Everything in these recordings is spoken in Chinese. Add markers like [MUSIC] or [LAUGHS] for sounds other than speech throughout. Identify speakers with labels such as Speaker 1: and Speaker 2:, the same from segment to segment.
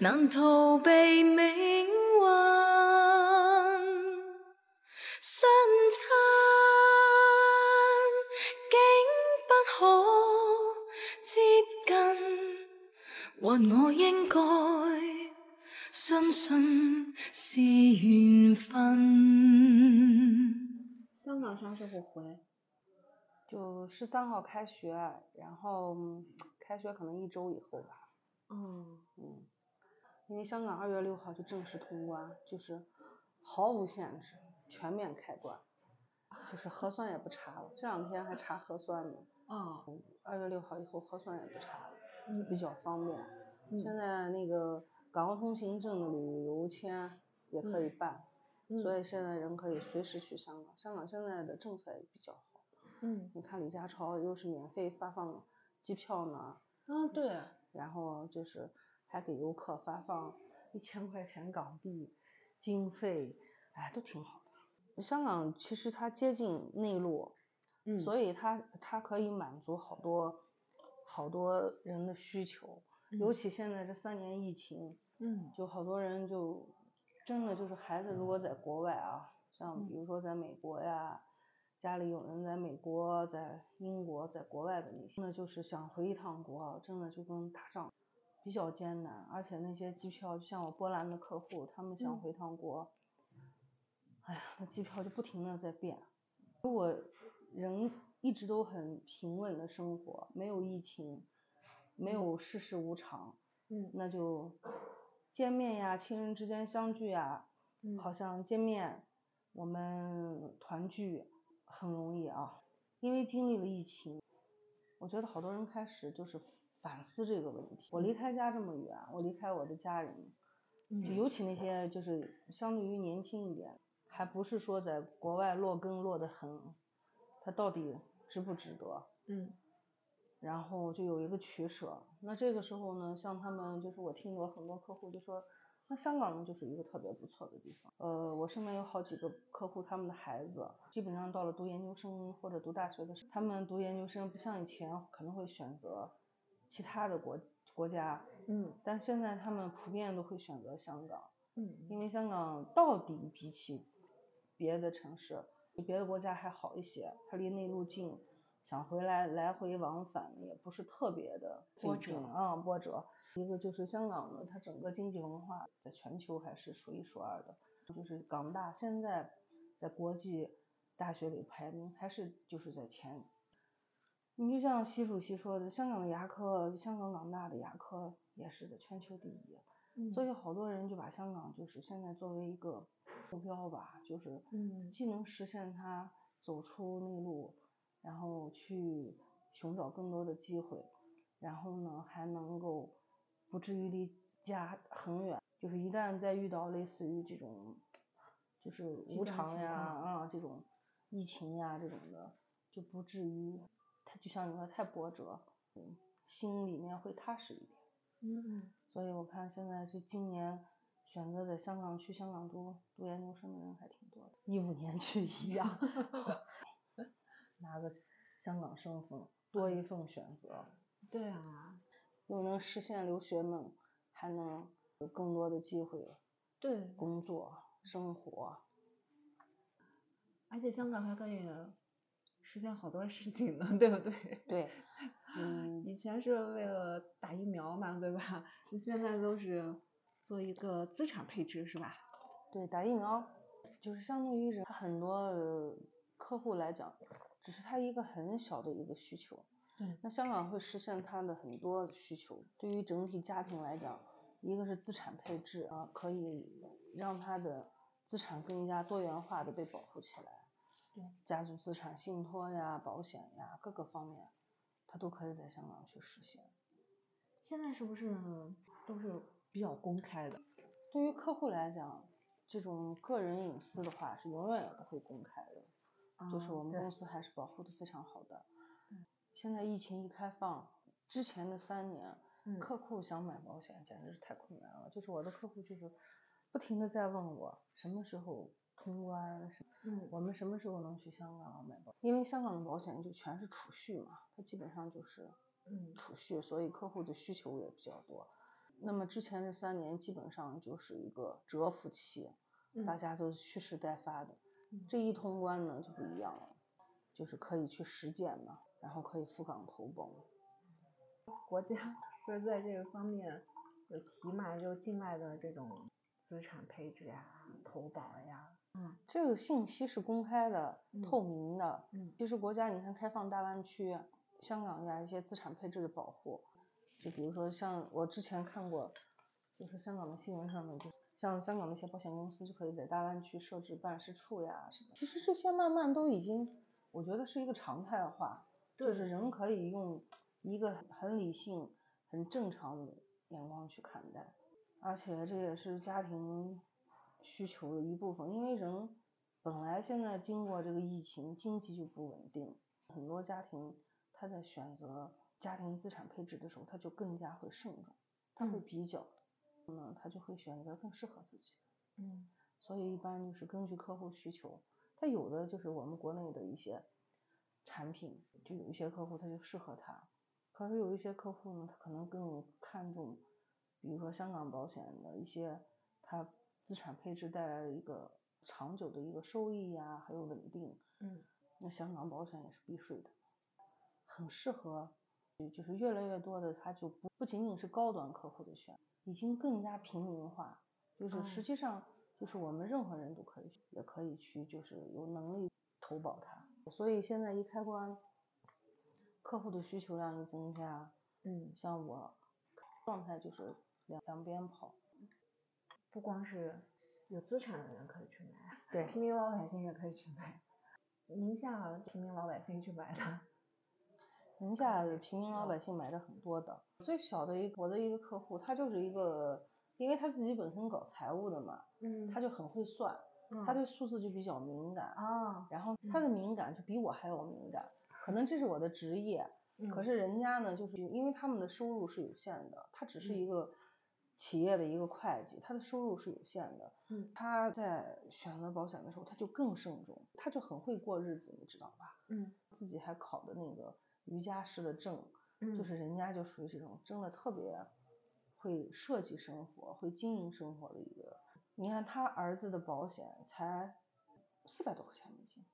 Speaker 1: 難逃避命運相親，竟不可接近，還我應該相信是緣分。
Speaker 2: 香港啥时候回？
Speaker 3: 就十三号开学，然后嗯开学可能一周以后吧，
Speaker 2: 嗯，
Speaker 3: 嗯，因为香港二月六号就正式通关，就是毫无限制，全面开关，就是核酸也不查了，这两天还查核酸呢，
Speaker 2: [LAUGHS]
Speaker 3: 嗯
Speaker 2: 哦，
Speaker 3: 二月六号以后核酸也不查了，
Speaker 2: 嗯
Speaker 3: 比较方便。
Speaker 2: 嗯
Speaker 3: 现在那个港澳通行证的旅游签也可
Speaker 2: 嗯
Speaker 3: 以办，所以现在人可以随时去香港。香港现在的政策也比较好，
Speaker 2: 嗯，
Speaker 3: 你看李家超又是免费发放机票呢，
Speaker 2: 啊对，
Speaker 3: 然后就是还给游客发放一千块钱港币经费，哎，都挺好的。香港其实它接近内陆，
Speaker 2: 嗯
Speaker 3: 所以它它可以满足好多好多人的需求，尤其现在这三年疫情，
Speaker 2: 嗯
Speaker 3: 就好多人就真的就是孩子如果在国外啊，像
Speaker 2: 嗯
Speaker 3: 比如说在美国呀，家里有人在美国、在英国、在国外的那些，真的就是想回一趟国，真的就跟打仗比较艰难，而且那些机票，就像我波兰的客户，他们想
Speaker 2: 嗯
Speaker 3: 回趟国，哎呀，那机票就不停的在变。如果人一直都很平稳的生活，没有疫情，没有世事无常，
Speaker 2: 嗯
Speaker 3: 那就见面呀，亲人之间相聚呀，
Speaker 2: 嗯
Speaker 3: 好像见面我们团聚很容易啊。因为经历了疫情，我觉得好多人开始就是反思这个问题。我离开家这么远，我离开我的家人，就尤其那些就是相对于年轻一点，还不是说在国外落根落得很，他到底值不值得？
Speaker 2: 嗯
Speaker 3: 然后就有一个取舍。那这个时候呢，像他们就是我听过很多客户就说，那香港呢就是一个特别不错的地方。呃，我身边有好几个客户，他们的孩子基本上到了读研究生或者读大学的时候，他们读研究生不像以前可能会选择其他的国国家，
Speaker 2: 嗯
Speaker 3: 但现在他们普遍都会选择香港。
Speaker 2: 嗯
Speaker 3: 因为香港到底比起别的城市、比别的国家还好一些，它离内陆近，想回来来回往返也不是特别的
Speaker 2: 波
Speaker 3: 费劲
Speaker 2: 折
Speaker 3: 啊、波折。一个就是香港呢，它整个经济文化在全球还是数一数二的，就是港大现在在国际大学里排名还是就是在前。你就像习主席说的，香港的牙科，香港港大的牙科也是在全球第一。
Speaker 2: 嗯，
Speaker 3: 所
Speaker 2: 以
Speaker 3: 以好多人就把香港就是现在作为一个目标吧，就是
Speaker 2: 嗯
Speaker 3: 既能实现他走出内陆，然后去寻找更多的机会，然后呢还能够不至于离家很远，就是一旦再遇到类似于这种就是
Speaker 2: 极
Speaker 3: 无
Speaker 2: 端
Speaker 3: 常
Speaker 2: 情
Speaker 3: 呀
Speaker 2: 况
Speaker 3: 啊、这种疫情呀这种的，就不至于太就像你说太波折，嗯，心里面会踏实一点。
Speaker 2: 嗯
Speaker 3: 所以我看现在这今年选择在香港去香港读读研究生的人还挺多的，一五年去一样，拿个香港身份，多一份选择，
Speaker 2: 对啊，
Speaker 3: 又能实现留学梦，还能有更多的机会
Speaker 2: 对，
Speaker 3: 工作生活。
Speaker 2: 而且香港还可以实现好多事情呢，对不对？
Speaker 3: 对，嗯，
Speaker 2: 以前是为了打疫苗嘛，对吧？你现在都是做一个资产配置，是吧？
Speaker 3: 对，打疫苗就是相对于人，他很多呃客户来讲，只是他一个很小的一个需求。
Speaker 2: 对，
Speaker 3: 那香港会实现它的很多需求，对于整体家庭来讲，一个是资产配置啊，可以让他的资产更加多元化的被保护起来，
Speaker 2: 对，
Speaker 3: 家族资产信托呀、保险呀各个方面，它都可以在香港去实现。
Speaker 2: 现在是不是都是比较公开的？
Speaker 3: 对于客户来讲，这种个人隐私的话是永远也不会公开的，就是
Speaker 2: 啊
Speaker 3: 我们
Speaker 2: 对
Speaker 3: 公司还是保护的非常好的。现在疫情一开放，之前的三年，
Speaker 2: 嗯
Speaker 3: 客户想买保险简直是太困难了。就是我的客户就是不停的在问我什么时候通关，什
Speaker 2: 嗯
Speaker 3: 我们什么时候能去香港买保险？因为香港的保险就全是储蓄嘛，它基本上就是
Speaker 2: 嗯
Speaker 3: 储蓄，所以客户的需求也比较多。那么之前这三年基本上就是一个蛰伏期，大家都蓄势待发的。
Speaker 2: 嗯
Speaker 3: 这一通关呢就不一样了，就是可以去实践嘛，然后可以赴港投奔。
Speaker 2: 国家就是在这个方面有起码就境外的这种资产配置呀、投保呀，
Speaker 3: 这个信息是公开的、
Speaker 2: 嗯
Speaker 3: 透明的。
Speaker 2: 嗯
Speaker 3: 其实国家你看开放大湾区，香港呀一些资产配置的保护，就比如说像我之前看过，就是香港的新闻上面就。像香港的一些保险公司就可以在大湾区设置办事处呀什么，其实这些慢慢都已经，我觉得是一个常态化，就是人可以用一个很理性、很正常的眼光去看待，而且这也是家庭需求的一部分，因为人本来现在经过这个疫情，经济就不稳定，很多家庭他在选择家庭资产配置的时候，他就更加会慎重，他会
Speaker 2: 嗯
Speaker 3: 比较，嗯，他就会选择更适合自己的。
Speaker 2: 嗯
Speaker 3: 所以一般就是根据客户需求，它有的就是我们国内的一些产品，就有一些客户他就适合他，可是有一些客户呢，他可能更看重，比如说香港保险的一些它资产配置带来的一个长久的一个收益呀、还有稳定。
Speaker 2: 嗯
Speaker 3: 那香港保险也是避税的，很适合，就就是越来越多的，它就不不仅仅是高端客户的选，已经更加平民化，就是
Speaker 2: 哦
Speaker 3: 实际上就是我们任何人都可以去，也可以去，就是有能力投保它。所以现在一开关，客户的需求量一增加，
Speaker 2: 嗯，
Speaker 3: 像我状态就是两两边跑，
Speaker 2: 不光是有资产的人可以去买，啊
Speaker 3: 对
Speaker 2: 平民老百姓也可以去买。宁夏好像平民老百姓去买的，
Speaker 3: 宁夏的平民老百姓买的很多的。最小的一个我的一个客户，他就是一个，因为他自己本身搞财务的嘛，
Speaker 2: 嗯哦
Speaker 3: 他就很会算，他对数字就比较敏感，
Speaker 2: 啊，
Speaker 3: 然后他的敏感就比我还要敏感。可能这是我的职业，可是人家呢，就是因为他们的收入是有限的，他只是一个企业的一个会计，他的收入是有限的。
Speaker 2: 嗯
Speaker 3: 他在选择保险的时候，他就更慎重，他就很会过日子，你知道吧？
Speaker 2: 嗯
Speaker 3: 自己还考的那个瑜伽师的证，
Speaker 2: 嗯
Speaker 3: 就是人家就属于这种真的特别会设计生活、会经营生活的一个人。你看他儿子的保险才四百多块钱美金，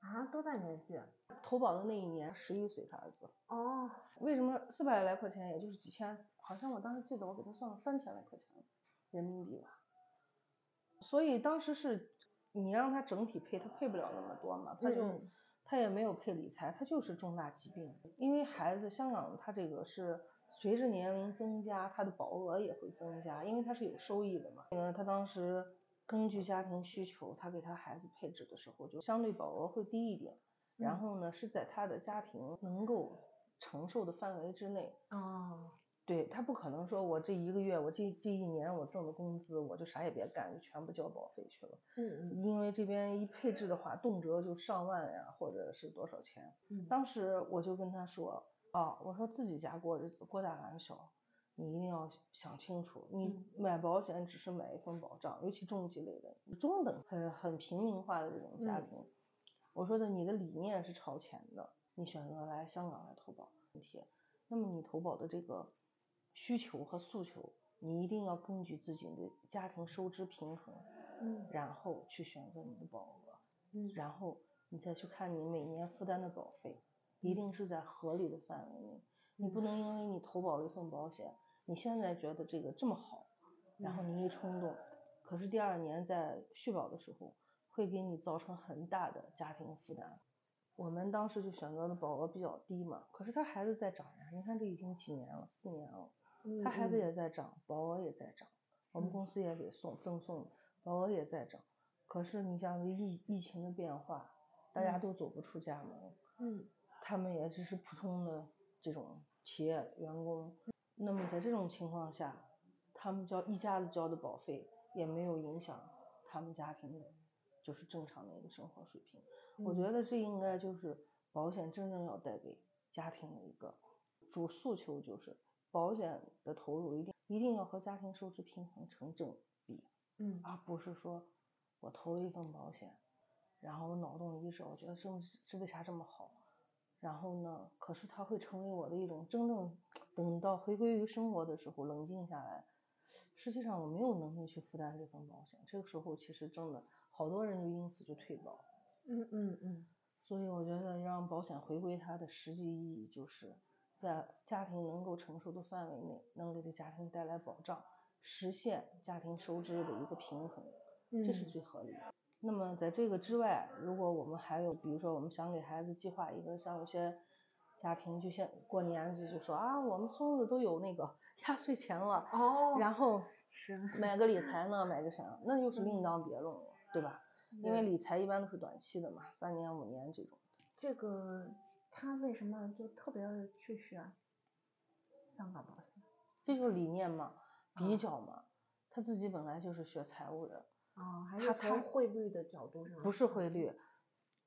Speaker 2: 啊，多大年纪？
Speaker 3: 投保的那一年十一岁，他儿子
Speaker 2: 哦，
Speaker 3: 为什么四百来块钱，也就是几千？好像我当时记得我给他算了三千来块钱人民币吧。所以当时是你让他整体配，他配不了那么多嘛，他就、
Speaker 2: 嗯嗯
Speaker 3: 他也没有配理财，他就是重大疾病。因为孩子，香港他这个是随着年龄增加，他的保额也会增加，因为他是有收益的嘛。嗯，他当时根据家庭需求，他给他孩子配置的时候，就相对保额会低一点。然
Speaker 2: 嗯
Speaker 3: 后呢，是在他的家庭能够承受的范围之内。
Speaker 2: 哦，
Speaker 3: 对他不可能说，我这一个月，我这这一年我挣的工资，我就啥也别干，就全部交保费去了。
Speaker 2: 嗯
Speaker 3: 因为这边一配置的话，动辄就上万呀，或者是多少钱。
Speaker 2: 嗯
Speaker 3: 当时我就跟他说，啊，我说自己家过日子，郭大玩小，你一定要想清楚，你
Speaker 2: 嗯
Speaker 3: 买保险只是买一份保障，尤其重疾类的，中等很很平民化的这种家
Speaker 2: 嗯
Speaker 3: 庭，我说的你的理念是超前的，你选择来香港来投保问题，那么你投保的这个需求和诉求，你一定要根据自己的家庭收支平衡，
Speaker 2: 嗯
Speaker 3: 然后去选择你的保额。
Speaker 2: 嗯
Speaker 3: 然后你再去看你每年负担的保费，一定是在合理的范围内。你不能因为你投保了一份保险，你现在觉得这个这么好，
Speaker 2: 嗯
Speaker 3: 然后你一冲动，可是第二年在续保的时候会给你造成很大的家庭负担。我们当时就选择的保额比较低嘛，可是他孩子在长呀，你看这已经几年了，四年了，他孩子也在涨，保额也在涨，我们
Speaker 2: 嗯
Speaker 3: 公司也给送赠送，保额也在涨。可是你像疫疫情的变化，大家
Speaker 2: 嗯
Speaker 3: 都走不出家门，
Speaker 2: 嗯
Speaker 3: 他们也只是普通的这种企业员工。那么在这种情况下，他们交一家子交的保费也没有影响他们家庭的，就是正常的一个生活水平。
Speaker 2: 嗯
Speaker 3: 我觉得这应该就是保险真正要带给家庭的一个主诉求，就是保险的投入一定一定要和家庭收支平衡成正比，
Speaker 2: 嗯
Speaker 3: 而不是说我投了一份保险，然后我脑洞一热，我觉得这么是为啥这么好，然后呢，可是它会成为我的一种真正等到回归于生活的时候，冷静下来，实际上我没有能力去负担这份保险。这个时候其实真的好多人就因此就退保。
Speaker 2: 嗯嗯嗯，
Speaker 3: 所以我觉得让保险回归它的实际意义，就是在家庭能够承受的范围内，能给这家庭带来保障，实现家庭收支的一个平衡，这是
Speaker 2: 嗯
Speaker 3: 最合理的。那么在这个之外，如果我们还有，比如说我们想给孩子计划一个，像有些家庭就像过年就就说啊，我们孙子都有那个压岁钱了，
Speaker 2: 哦
Speaker 3: 然后
Speaker 2: 是，
Speaker 3: 买个理财呢，买个啥，那又是另
Speaker 2: 嗯
Speaker 3: 当别论了，对吧？因为理财一般都是短期的嘛，三年五年这种。
Speaker 2: 这个他为什么就特别要去选香港保险？
Speaker 3: 这就是理念嘛，比
Speaker 2: 啊
Speaker 3: 较嘛。他自己本来就是学财务的，
Speaker 2: 哦，还
Speaker 3: 他
Speaker 2: 是
Speaker 3: 他
Speaker 2: 从汇率的角度上，
Speaker 3: 不是汇率，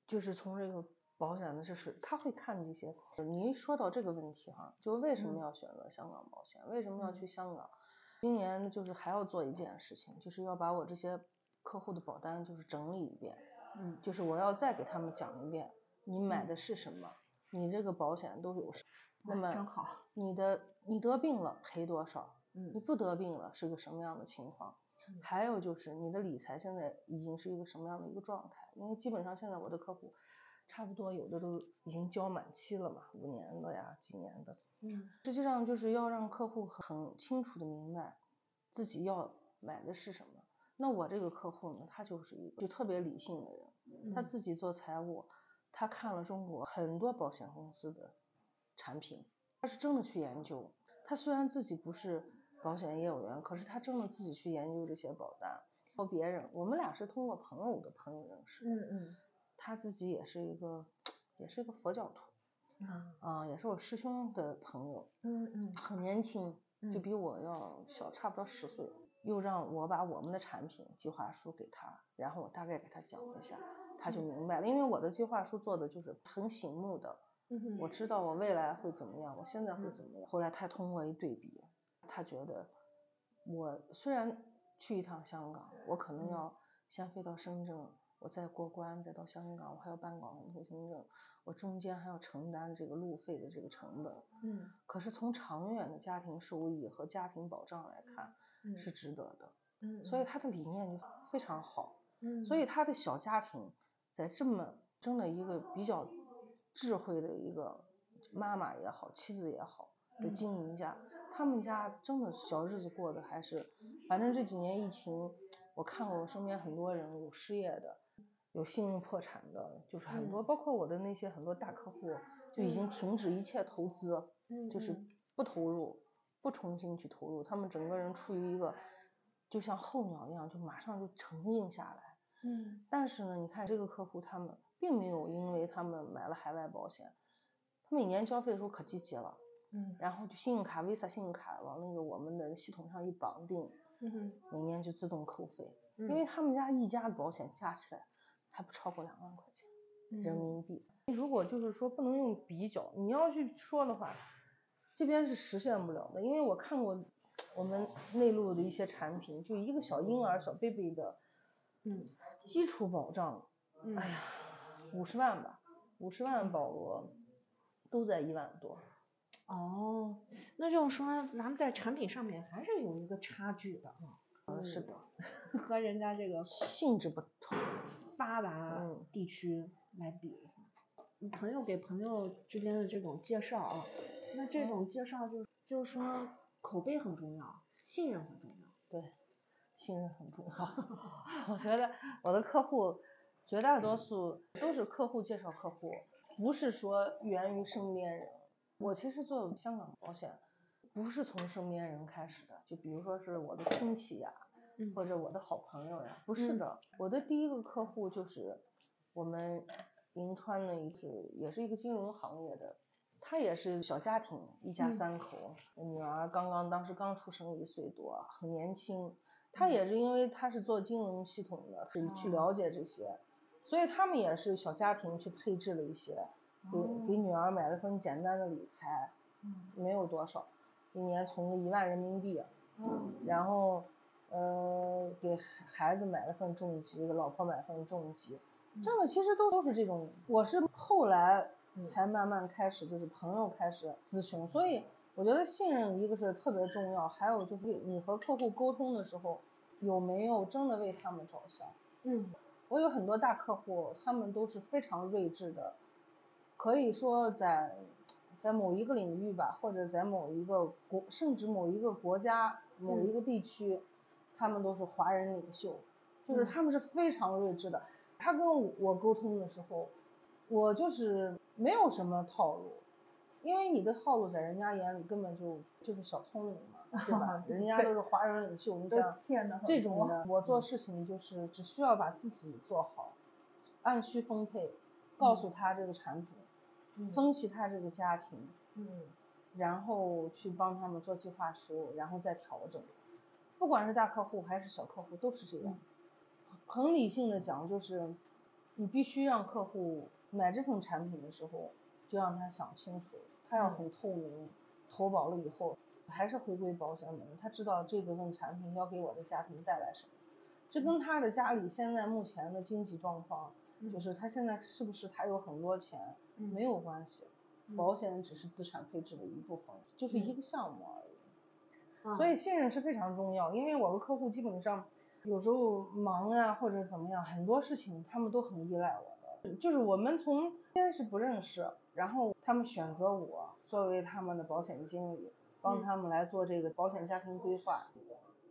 Speaker 3: 就是从这个保险的知识，他会看这些。你一说到这个问题哈、就为什么
Speaker 2: 嗯
Speaker 3: 要选择香港保险，为什么要
Speaker 2: 嗯
Speaker 3: 去香港？今年就是还要做一件事情，就是要把我这些客户的保单就是整理一遍，
Speaker 2: 嗯
Speaker 3: 就是我要再给他们讲一遍，你买
Speaker 2: 嗯
Speaker 3: 的是什么，你这个保险都有什那
Speaker 2: 哎
Speaker 3: 么
Speaker 2: 真好，
Speaker 3: 你的你得病了赔多少，你
Speaker 2: 嗯
Speaker 3: 不得病了是个什么样的情况
Speaker 2: 嗯？
Speaker 3: 还有就是你的理财现在已经是一个什么样的一个状态？因为基本上现在我的客户，差不多有的都已经交满期了嘛，五年的呀，几年的。
Speaker 2: 嗯
Speaker 3: 实际上就是要让客户很清楚的明白自己要买的是什么。那我这个客户呢，他就是一个就特别理性的人，他
Speaker 2: 嗯
Speaker 3: 自己做财务，他看了中国很多保险公司的产品，他是真的去研究。他虽然自己不是保险业务员，可是他真的自己去研究这些保单。和别人，我们俩是通过朋友的朋友认识的。
Speaker 2: 嗯
Speaker 3: 他自己也是一个，也是一个佛教徒
Speaker 2: 嗯啊
Speaker 3: 啊、也是我师兄的朋友，
Speaker 2: 嗯嗯
Speaker 3: 很年轻，就
Speaker 2: 嗯
Speaker 3: 比我要小差不多十岁，又让我把我们的产品计划书给他，然后我大概给他讲了一下，他
Speaker 2: 嗯
Speaker 3: 就明白了。因为我的计划书做的就是很醒目的，
Speaker 2: 嗯哼
Speaker 3: 我知道我未来会怎么样，我现在会怎么
Speaker 2: 嗯
Speaker 3: 样。后来他通过一对比，他觉得我虽然去一趟香港，我可能
Speaker 2: 嗯
Speaker 3: 要先飞到深圳，我再过关，再到香港，我还要办港通行证，我中间还要承担这个路费的这个成本。
Speaker 2: 嗯
Speaker 3: 可是从长远的家庭收益和家庭保障来看，
Speaker 2: 嗯
Speaker 3: 是值得的。
Speaker 2: 嗯
Speaker 3: 所以
Speaker 2: 嗯
Speaker 3: 他的理念就非常好。
Speaker 2: 嗯
Speaker 3: 所以他的小家庭在这么真的一个比较智慧的一个妈妈也好，妻子也好的
Speaker 2: 嗯
Speaker 3: 经营下，他们家真的小日子过得还是，反正这几年疫情，我看过我身边很多人有失业的，有信用破产的，就是很多，包括我的那些很多大客户就已经
Speaker 2: 嗯
Speaker 3: 停止一切投资，
Speaker 2: 嗯
Speaker 3: 就是
Speaker 2: 嗯
Speaker 3: 不投入，不重新去投入，他们整个人处于一个就像候鸟一样，就马上就沉静下来。
Speaker 2: 嗯
Speaker 3: 但是呢，你看这个客户他们并没有因为他们买了海外保险，他每年交费的时候可积极了，
Speaker 2: 嗯
Speaker 3: 然后就信用卡、Visa 信用卡往那个我们的系统上一绑定，
Speaker 2: 嗯哼
Speaker 3: 每年就自动扣费，
Speaker 2: 嗯
Speaker 3: 因为他们家一家的保险加起来还不超过两万块钱。人
Speaker 2: 嗯
Speaker 3: 民币。如果就是说不能用比较，你要去说的话，这边是实现不了的，因为我看过我们内陆的一些产品，就一个小婴儿、小 baby 的
Speaker 2: 嗯
Speaker 3: 基础保障，
Speaker 2: 嗯
Speaker 3: 哎呀，五十万吧，五十万保额都在一万多。
Speaker 2: 哦，那就是说咱们在产品上面还是有一个差距的啊，
Speaker 3: 嗯，是的，
Speaker 2: 和人家这个
Speaker 3: 性质不同。
Speaker 2: 发达
Speaker 3: 嗯
Speaker 2: 地区来比。朋友给朋友之间的这种介绍啊，那这
Speaker 3: 嗯
Speaker 2: 种介绍就是就是说口碑很重要，信任很重要。
Speaker 3: 对，信任很重要。 [LAUGHS] 我觉得我的客户绝大多数都是客户介绍客户，不是说源于身边人。我其实做香港保险，不是从身边人开始的，就比如说是我的亲戚呀、
Speaker 2: 嗯
Speaker 3: 或者我的好朋友呀，不是
Speaker 2: 嗯
Speaker 3: 的，我的第一个客户就是我们银川的一是也是一个金融行业的，他也是小家庭，一家
Speaker 2: 嗯
Speaker 3: 三口，女儿刚刚当时刚出生一岁多，很年轻。他也是因为他是做金融系统的，他去
Speaker 2: 哦
Speaker 3: 了解这些，所以他们也是小家庭去配置了一些，给给
Speaker 2: 哦
Speaker 3: 女儿买了份简单的理财，
Speaker 2: 嗯
Speaker 3: 没有多少，一年存个一万人民币，啊
Speaker 2: 哦
Speaker 3: 然后，呃，给孩孩子买了份重疾，给老婆买份重疾，真的其实都都是这种。我是后来
Speaker 2: 嗯
Speaker 3: 才慢慢开始就是朋友开始咨询，所以我觉得信任一个是特别重要，还有就是你和客户沟通的时候有没有真的为他们着想。
Speaker 2: 嗯
Speaker 3: 我有很多大客户，他们都是非常睿智的，可以说在在某一个领域吧，或者在某一个国，甚至某一个国家、某
Speaker 2: 嗯
Speaker 3: 一个地区，他们都是华人领袖，就是
Speaker 2: 嗯？
Speaker 3: 他们是非常睿智的。他跟我沟通的时候，我就是没有什么套路，因为你的套路在人家眼里根本就就是小聪明嘛，对吧
Speaker 2: [LAUGHS] 对
Speaker 3: 人家都是华人领袖，你
Speaker 2: 都
Speaker 3: 想
Speaker 2: 欠的很
Speaker 3: 这种嗯
Speaker 2: 多
Speaker 3: 的，我做事情就是只需要把自己做好，按需分配，告诉他这个产品，
Speaker 2: 嗯
Speaker 3: 分析他这个家庭，
Speaker 2: 嗯
Speaker 3: 然后去帮他们做计划书，然后再调整。不管是大客户还是小客户，都是这样。
Speaker 2: 嗯
Speaker 3: 很理性的讲，就是你必须让客户买这份产品的时候，就让他想清楚，他
Speaker 2: 嗯
Speaker 3: 要很透明。投保了以后，还是回归保险本，他知道这个份产品要给我的家庭带来什么。这跟他的家里现在目前的经济状况，
Speaker 2: 嗯
Speaker 3: 就是他现在是不是他有很多钱，
Speaker 2: 嗯
Speaker 3: 没有关系。
Speaker 2: 嗯
Speaker 3: 保险只是资产配置的一部分，就是一个项目而已。
Speaker 2: 啊
Speaker 3: 所以信任是非常重要，因为我的客户基本上有时候忙啊或者怎么样，很多事情他们都很依赖我的。就是我们从先是不认识，然后他们选择我作为他们的保险经理，帮
Speaker 2: 嗯
Speaker 3: 他们来做这个保险家庭规划。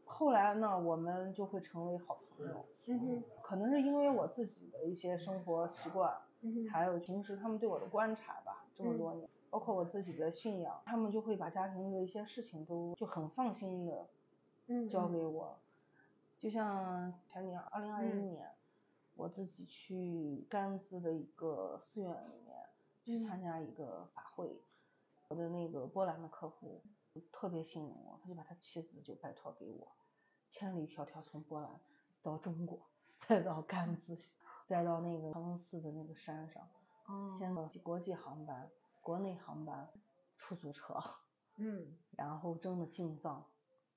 Speaker 3: 后来呢，我们就会成为好朋友。
Speaker 2: 嗯哼
Speaker 3: 可能是因为我自己的一些生活习惯，
Speaker 2: 嗯哼
Speaker 3: 还有平时他们对我的观察吧，这么
Speaker 2: 嗯
Speaker 3: 多年，包括我自己的信仰，他们就会把家庭的一些事情都就很放心的
Speaker 2: 嗯
Speaker 3: 交
Speaker 2: 嗯
Speaker 3: 给我。就像前年二零二一
Speaker 2: 嗯
Speaker 3: 年，我自己去甘孜的一个寺院里面去参加一个法会，我的那个波兰的客户特别信任我，他就把他妻子就拜托给我，千里迢迢从波兰到中国，再到甘孜，再到那个长寺的那个山上，
Speaker 2: 哦
Speaker 3: 先到国际航班、国内航班、出租车。
Speaker 2: 嗯
Speaker 3: 然后真的进藏，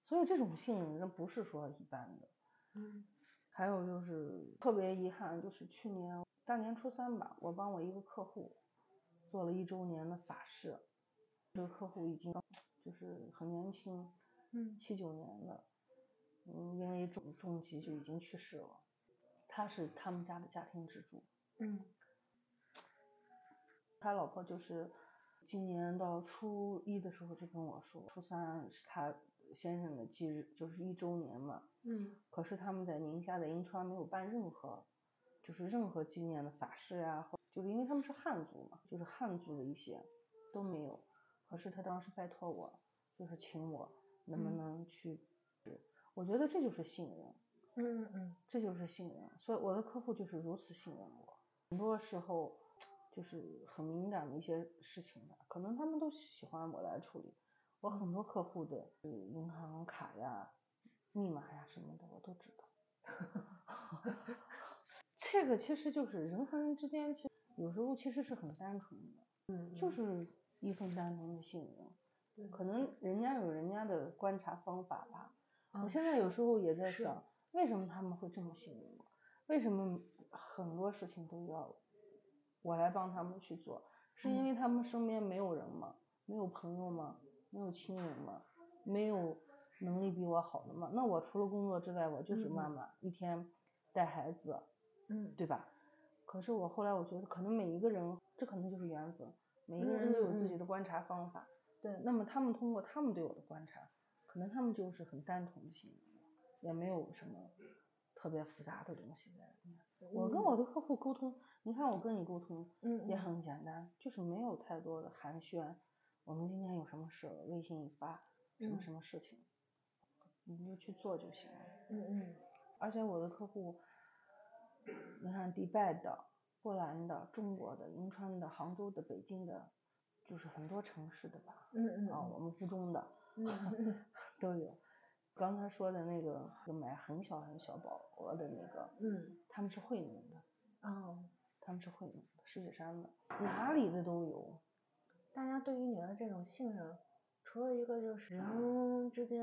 Speaker 3: 所以这种信任真不是说一般的。
Speaker 2: 嗯
Speaker 3: 还有就是特别遗憾，就是去年大年初三吧，我帮我一个客户做了一周年的法事，这个客户已经就是很年轻，
Speaker 2: 嗯
Speaker 3: 七九年的，嗯，因为重重疾就已经去世了。他是他们家的家庭支柱，
Speaker 2: 嗯
Speaker 3: 他老婆就是今年到初一的时候就跟我说，初三是他先生的忌日，就是一周年嘛。
Speaker 2: 嗯
Speaker 3: 可是他们在宁夏在银川没有办任何，就是任何纪念的法事啊，或就是因为他们是汉族嘛，就是汉族的一些都没有。可是他当时拜托我，就是请我能不
Speaker 2: 嗯
Speaker 3: 能去，我觉得这就是信任，
Speaker 2: 嗯嗯
Speaker 3: 这就是信任。所以我的客户就是如此信任我，很多时候就是很敏感的一些事情吧，可能他们都喜欢我来处理。我很多客户的呃银行卡呀、密码呀什么的，我都知道。 [LAUGHS] 这个其实就是人和人之间，其实有时候其实是很单纯的，
Speaker 2: 嗯
Speaker 3: 就是一份单纯的信任。
Speaker 2: 对
Speaker 3: 可能人家有人家的观察方法吧，
Speaker 2: 啊
Speaker 3: 我现在有时候也在
Speaker 2: 是
Speaker 3: 想，为什么他们会这么信任我？为什么很多事情都要我来帮他们去做？是因
Speaker 2: 嗯
Speaker 3: 为他们身边没有人吗？没有朋友吗？没有亲人吗？没有能力比我好的吗？那我除了工作之外，我就是妈
Speaker 2: 嗯
Speaker 3: 妈，一天带孩子，
Speaker 2: 嗯
Speaker 3: 对吧？可是我后来我觉得，可能每一个人，这可能就是缘分，每一个
Speaker 2: 嗯
Speaker 3: 人都有
Speaker 2: 嗯
Speaker 3: 自
Speaker 2: 嗯
Speaker 3: 己的观察方法。
Speaker 2: 对
Speaker 3: 那么他们通过他们对我的观察，可能他们就是很单纯的信任我，也没有什么特别复杂的东西在里面。我跟
Speaker 2: 嗯
Speaker 3: 我的客户沟通，你看我跟你沟通
Speaker 2: 嗯
Speaker 3: 也
Speaker 2: 嗯
Speaker 3: 很简单，就是没有太多的寒暄。我们今天有什么事，微信一发，什么
Speaker 2: 嗯
Speaker 3: 什么事情，你就去做就行了。
Speaker 2: 嗯嗯
Speaker 3: 而且我的客户，你看迪拜的、波兰的、中国的、银川的、杭州的、北京的，就是很多城市的吧，
Speaker 2: 嗯
Speaker 3: 啊，我们附中的
Speaker 2: 嗯嗯
Speaker 3: 都有。刚才说的那个就买很小很小保额的那个，
Speaker 2: 嗯
Speaker 3: 他们是会弄的，
Speaker 2: 哦，
Speaker 3: 他们是会弄的，石景山的，哪里的都有。
Speaker 2: 大家对于你的这种信任，除了一个就是人之间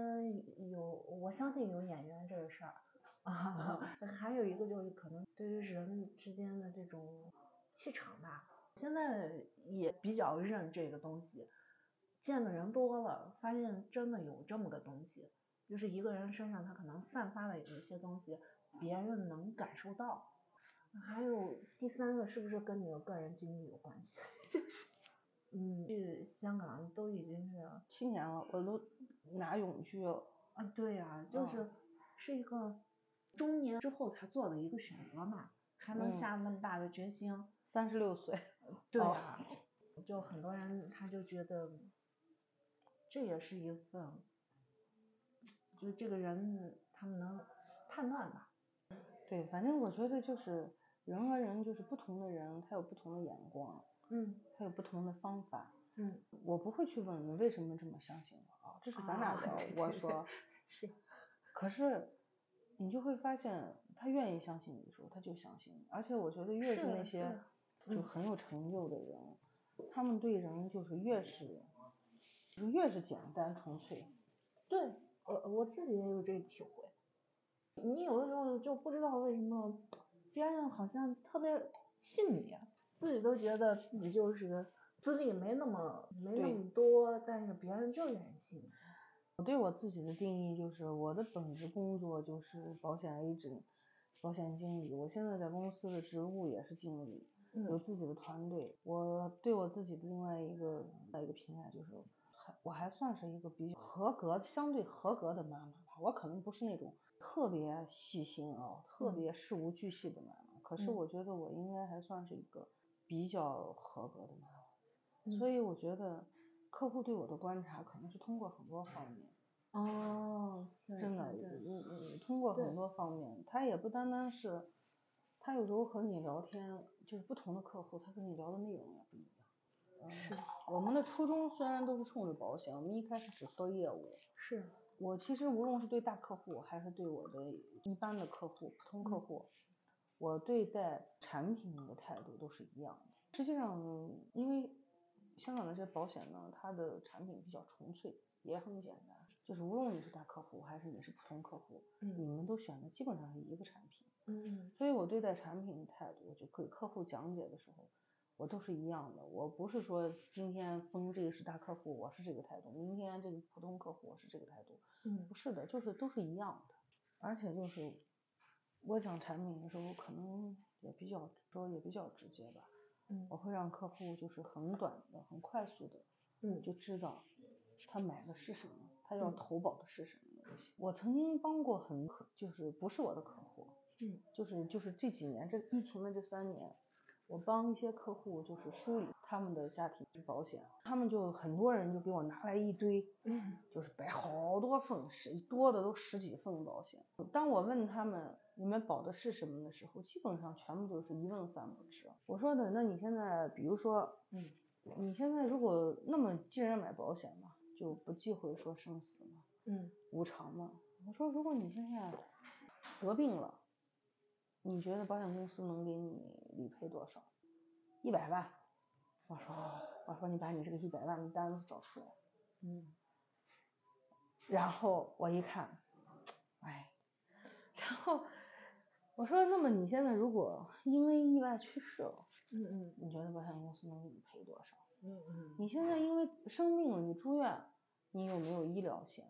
Speaker 2: 有，我相信有眼缘这个事儿， [LAUGHS] 啊，还有一个就是可能对于人之间的这种气场吧，现在也比较认这个东西，见的人多了，发现真的有这么个东西，就是一个人身上他可能散发的有一些东西，别人能感受到。还有第三个是不是跟你的个人经历有关系？嗯，去香港都已经是
Speaker 3: 七年了，我都拿永居了。
Speaker 2: 啊，对呀、就
Speaker 3: 嗯
Speaker 2: 是、是一个中年之后才做的一个选择嘛，还能
Speaker 3: 嗯
Speaker 2: 下那么大的决心，
Speaker 3: 三十六岁， [LAUGHS]
Speaker 2: 对
Speaker 3: 哦
Speaker 2: 啊，就很多人他就觉得这也是一份，就是这个人他们能判断吧，
Speaker 3: 对，反正我觉得就是人和人就是不同的人，他有不同的眼光，
Speaker 2: 嗯
Speaker 3: 他有不同的方法。
Speaker 2: 嗯，
Speaker 3: 我不会去问你为什么这么相信我啊，这是咱俩
Speaker 2: 啊
Speaker 3: 聊。
Speaker 2: 对对
Speaker 3: 我
Speaker 2: 对
Speaker 3: 说，
Speaker 2: 是，
Speaker 3: [LAUGHS] 可是你就会发现，他愿意相信你的时候，他就相信你。而且我觉得越
Speaker 2: 是
Speaker 3: 是
Speaker 2: 的
Speaker 3: 那
Speaker 2: 是
Speaker 3: 些
Speaker 2: 的
Speaker 3: 就
Speaker 2: 嗯
Speaker 3: 很有成就的人，他们对人就是越是就是越是简单纯粹。
Speaker 2: 对呃我我自己也有这个体会，你有的时候就不知道为什么别人好像特别信你，啊自己都觉得自己就是资历没那么没那
Speaker 3: 对
Speaker 2: 么多，但是别人就愿意信你，
Speaker 3: 我对我自己的定义就是，我的本职工作就是保险 agent，保险经理。我现在在公司的职务也是经理，有
Speaker 2: 嗯
Speaker 3: 自己的团队。我对我自己的另外一个另外一个评价就是，还我还算是一个比较合格、相对合格的妈妈吧。我可能不是那种特别细心啊、特
Speaker 2: 嗯
Speaker 3: 别事无巨细的妈妈，可是
Speaker 2: 嗯
Speaker 3: 我觉得我应该还算是一个比较合格的妈妈。所
Speaker 2: 嗯
Speaker 3: 以我觉得客户对我的观察可能是通过很多方面。
Speaker 2: 哦，对
Speaker 3: 真的，
Speaker 2: 对对
Speaker 3: 嗯嗯，通过
Speaker 2: 对
Speaker 3: 很多方面，他也不单单是，他有时候和你聊天，就是不同的客户，他跟你聊的内容也不一样。嗯
Speaker 2: 是
Speaker 3: 我们的初衷虽然都是冲着保险，我们一开始只说业务。
Speaker 2: 是，
Speaker 3: 我其实无论是对大客户，还是对我的一般的客户、普通客
Speaker 2: 嗯
Speaker 3: 户，我对待产品的态度都是一样的。实际上，因为香港的这些保险呢，它的产品比较纯粹，也很简单，就是无论你是大客户还是你是普通客户，你
Speaker 2: 嗯
Speaker 3: 们都选的基本上是一个产品。
Speaker 2: 嗯
Speaker 3: 所以我对待产品的态度，就给客户讲解的时候，我都是一样的。我不是说今天封这个是大客户，我是这个态度；明天这个普通客户，我是这个态度。
Speaker 2: 嗯
Speaker 3: 不是的，就是都是一样的。而且就是我讲产品的时候，可能也比较说也比较直接吧。
Speaker 2: 嗯
Speaker 3: 我会让客户就是很短的、很快速的
Speaker 2: 嗯
Speaker 3: 就知道他买的是什么，他要
Speaker 2: 嗯
Speaker 3: 投保的是什么东西。我曾经帮过很客，就是不是我的客户，
Speaker 2: 嗯
Speaker 3: 就是就是这几年这疫情的这三年，我帮一些客户就是梳理他们的家庭保险，他们就很多人就给我拿来一堆， [LAUGHS]
Speaker 2: 嗯
Speaker 3: 就是摆好多份，十多的都十几份保险。当我问他们你们保的是什么的时候，基本上全部都是一问三不知。我说的，那你现在比如说
Speaker 2: 嗯
Speaker 3: 你现在如果那么既然买保险嘛，就不忌讳说生死嘛、
Speaker 2: 嗯
Speaker 3: 无常嘛。我说如果你现在得病了，你觉得保险公司能给你理赔多少？一百万。我说我说你把你这个一百万的单子找出来。
Speaker 2: 嗯，
Speaker 3: 然后我一看，哎，然后我说那么你现在如果因为意外去世了，
Speaker 2: 嗯
Speaker 3: 你觉得保险公司能给你赔多少？
Speaker 2: 嗯嗯
Speaker 3: 你现在因为生病了，你住院，你有没有医疗险？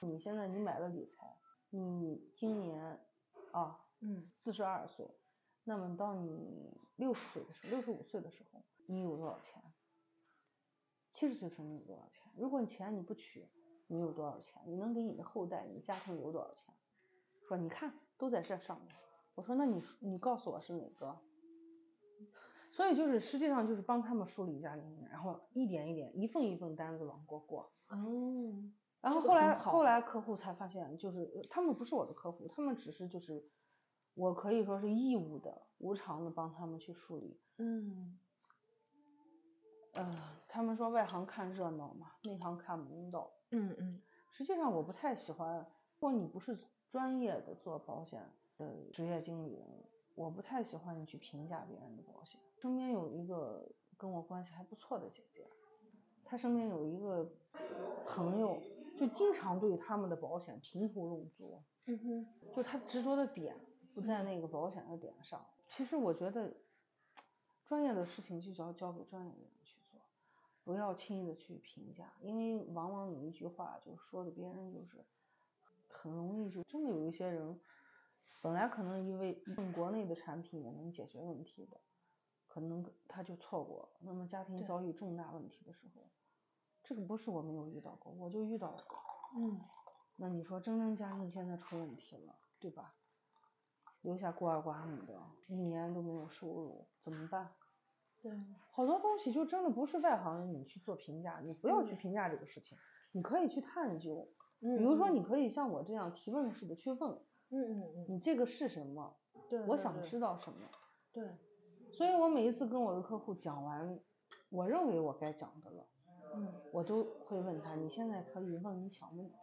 Speaker 3: 你现在你买了理财，你今年啊
Speaker 2: 嗯
Speaker 3: 四十二岁，那么到你六十岁的时候，六十五岁的时候，你有多少钱？七十岁的时候你有多少钱？如果你钱你不取，你有多少钱？你能给你的后代、你家庭留多少钱？说你看都在这上面。我说那你你告诉我是哪个？所以就是实际上就是帮他们梳理家庭，然后一点一点一份一份单子往过过。
Speaker 2: 哦，
Speaker 3: 然
Speaker 2: 这
Speaker 3: 后
Speaker 2: 个
Speaker 3: 后
Speaker 2: 很
Speaker 3: 来
Speaker 2: 好
Speaker 3: 后来客户才发现，就是呃他们不是我的客户，他们只是就是我可以说是义务的、无偿的帮他们去梳理。
Speaker 2: 嗯
Speaker 3: 呃，他们说外行看热闹嘛，内行看门道。
Speaker 2: 嗯嗯
Speaker 3: 实际上我不太喜欢，如果你不是专业的做保险的职业经理人，我不太喜欢你去评价别人的保险。身边有一个跟我关系还不错的姐姐，她身边有一个朋友，就经常对他们的保险评头论足，
Speaker 2: 嗯哼，
Speaker 3: 就她执着的点不在那个保险的点上。其实我觉得，专业的事情就交交给专业的人去做，不要轻易的去评价，因为往往有一句话就说的别人就是很容易就真的有一些人，本来可能因为用国内的产品也能解决问题的，可能他就错过，那么家庭
Speaker 2: 对
Speaker 3: 遭遇重大问题的时候，这个不是我没有遇到过，我就遇到过。
Speaker 2: 嗯，
Speaker 3: 那你说真真家庭现在出问题了，对吧？留下孤儿寡母的，一年都没有收入，怎么办？
Speaker 2: 对，
Speaker 3: 好多东西就真的不是外行人你去做评价，你不要去
Speaker 2: 嗯
Speaker 3: 评价这个事情，你可以去探究。
Speaker 2: 比
Speaker 3: 比如说，你可以像我这样提问似的去问，
Speaker 2: 嗯嗯嗯，
Speaker 3: 你这个是什么？
Speaker 2: 对，
Speaker 3: 我
Speaker 2: 对
Speaker 3: 想
Speaker 2: 对
Speaker 3: 知道什么。
Speaker 2: 对，
Speaker 3: 所以我每一次跟我的客户讲完，我认为我该讲的了，
Speaker 2: 嗯，
Speaker 3: 我都会问他，你现在可以问你想问的，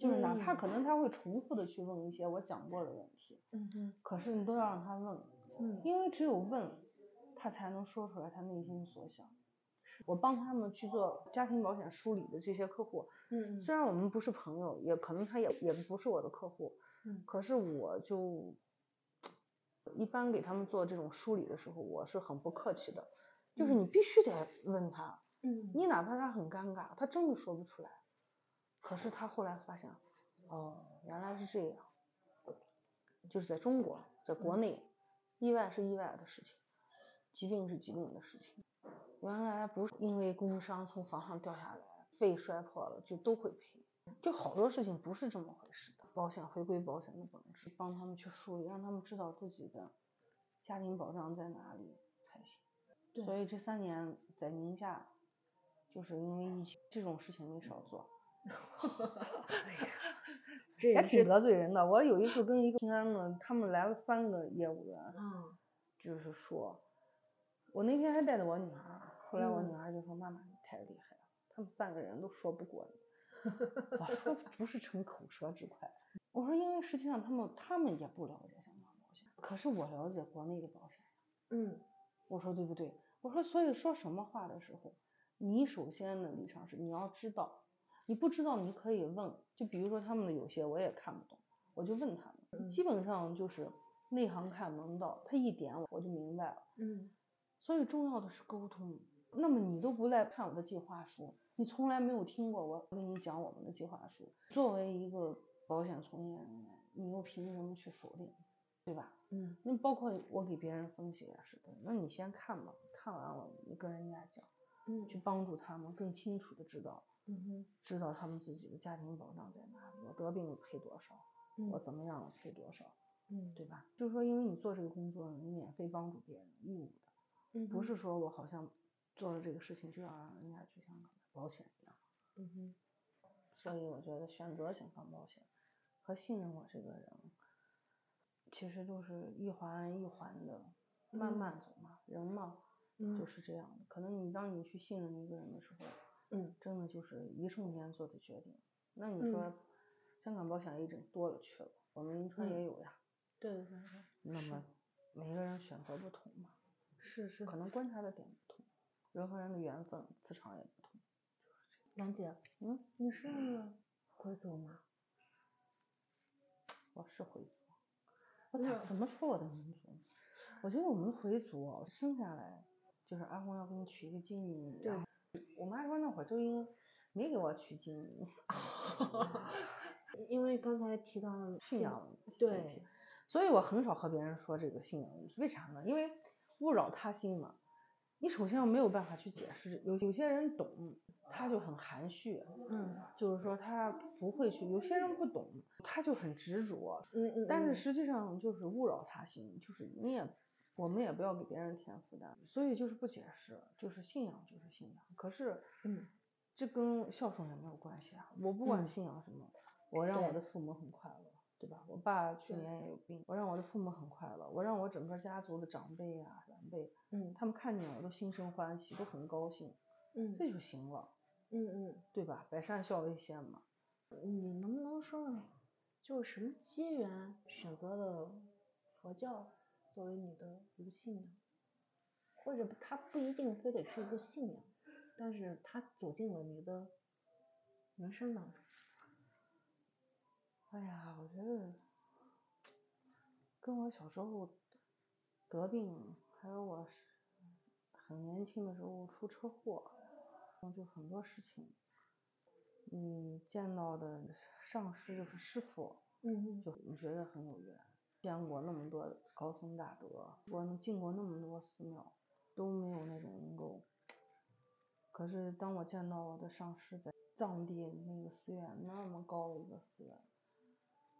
Speaker 3: 就是哪怕
Speaker 2: 嗯
Speaker 3: 可能他会重复的去问一些我讲过的问题，
Speaker 2: 嗯哼，
Speaker 3: 可是你都要让他问，
Speaker 2: 嗯，
Speaker 3: 因为只有问，他才能说出来他内心所想。我帮他们去做家庭保险梳理的这些客户，
Speaker 2: 嗯
Speaker 3: 虽然我们不是朋友，也可能他也也不是我的客户，
Speaker 2: 嗯
Speaker 3: 可是我就一般给他们做这种梳理的时候，我是很不客气的，就是你必须得问他，
Speaker 2: 嗯，
Speaker 3: 你哪怕他很尴尬，他真的说不出来，可是他后来发现，哦，原来是这样，就是在中国，在国内，意外是意外的事情，疾病是疾病的事情，原来不是因为工伤从房上掉下来，肺摔破了就都会赔，就好多事情不是这么回事的。保险回归保险的本质，帮他们去梳理，让他们知道自己的家庭保障在哪里才行。
Speaker 2: 对
Speaker 3: 所以这三年在宁夏，就是因为疫情这种事情没少做，
Speaker 2: 这
Speaker 3: 也
Speaker 2: 也
Speaker 3: 挺
Speaker 2: 是，
Speaker 3: 得罪人的。我有一次跟一个平安的，他们来了三个业务员，
Speaker 2: 嗯
Speaker 3: 就是说，我那天还带着我女儿，后来我
Speaker 2: 嗯
Speaker 3: 女儿就说：“妈妈，你太厉害了，他们三个人都说不过你。”我 [LAUGHS] 说：“不是逞口舌之快。”我说：“因为实际上他们他们也不了解香港保险，可是我了解国内的保险。
Speaker 2: 嗯，”
Speaker 3: 我说：“对不对？”我说：“所以说什么话的时候，你首先的立场是你要知道，你不知道你可以问。就比如说他们的有些我也看不懂，我就问他们，
Speaker 2: 嗯
Speaker 3: 基本上就是内行看门道，他一点我就明白了。”
Speaker 2: 嗯
Speaker 3: 所以重要的是沟通。那么你都不来看我的计划书，你从来没有听过我跟你讲我们的计划书。作为一个保险从业人员，你又凭什么去否定，对吧？
Speaker 2: 嗯
Speaker 3: 那包括我给别人分析也是的，那你先看吧，看完了你跟人家讲，
Speaker 2: 嗯
Speaker 3: 去帮助他们更清楚的知道，
Speaker 2: 嗯哼
Speaker 3: 知道他们自己的家庭保障在哪里，我得病了赔多少，
Speaker 2: 嗯
Speaker 3: 我怎么样了赔多少，
Speaker 2: 嗯
Speaker 3: 对吧？就是说，因为你做这个工作，你免费帮助别人，义务的。
Speaker 2: 嗯
Speaker 3: 不
Speaker 2: 哼
Speaker 3: 是说我好像做了这个事情就要让人家去香港买保险一样。
Speaker 2: 嗯哼
Speaker 3: 所以我觉得选择香港保险和信任我这个人，其实就是一环一环的慢
Speaker 2: 嗯
Speaker 3: 慢走嘛，人嘛
Speaker 2: 嗯
Speaker 3: 就是这样的。可能你当你去信任一个人的时候，
Speaker 2: 嗯
Speaker 3: 真的就是一瞬间做的决定。那你说，
Speaker 2: 嗯
Speaker 3: 香港保险 agent 多了去了，我们银川
Speaker 2: 嗯
Speaker 3: 也有呀。
Speaker 2: 对对对对
Speaker 3: 那
Speaker 2: 是
Speaker 3: 么每个人选择不同嘛，
Speaker 2: 是是
Speaker 3: 可能观察的点不同，人和人的缘分、磁场也不同。
Speaker 2: 兰姐，
Speaker 3: 嗯，
Speaker 2: 你是回族吗？
Speaker 3: 我是回族， [LAUGHS] 我 [LAUGHS] 咋
Speaker 2: 那
Speaker 3: 怎么说我的民族呢？我觉得我们回族哦生下来就是阿公要给你娶一个金女，
Speaker 2: 对
Speaker 3: 然后我妈说那会儿就应没给我娶金女，
Speaker 2: 因为刚才提到了
Speaker 3: 信仰问题
Speaker 2: 对，
Speaker 3: 所以我很少和别人说这个信仰问题，为啥呢？因为勿扰他心嘛。你首先没有办法去解释，有有些人懂，他就很含蓄，
Speaker 2: 嗯
Speaker 3: 就是说他不会去；有些人不懂，他就很执着，
Speaker 2: 嗯嗯，
Speaker 3: 但是
Speaker 2: 嗯
Speaker 3: 实际上就是勿扰他心，就是你也，我们也不要给别人添负担，所以就是不解释，就是信仰就是信仰。可是，
Speaker 2: 嗯，
Speaker 3: 这跟孝顺也没有关系啊。我不管
Speaker 2: 嗯
Speaker 3: 信仰什么，我让我的
Speaker 2: 对
Speaker 3: 父母很快乐，对吧？我爸去
Speaker 2: 对
Speaker 3: 年也有病，我让我的父母很快乐，我让我整个家族的长辈啊、晚辈，
Speaker 2: 嗯
Speaker 3: 他们看见我都心生欢喜，都很高兴，
Speaker 2: 嗯
Speaker 3: 这就行了，
Speaker 2: 嗯嗯
Speaker 3: 对吧？百善孝为先嘛。
Speaker 2: 你能不能说说，就是什么机缘选择了佛教作为你的一个信仰，或者它不一定非得是一个信仰，但是它走进了你的人生当中。
Speaker 3: 哎呀，我觉得跟我小时候得病，还有我是很年轻的时候出车祸，然后就很多事情，嗯，见到的上师就是师傅，
Speaker 2: 嗯
Speaker 3: 就你觉得很有缘，见过那么多高僧大德，我进过那么多寺庙，都没有那种能够。可是当我见到我的上师在藏地那个寺院那么高的一个寺院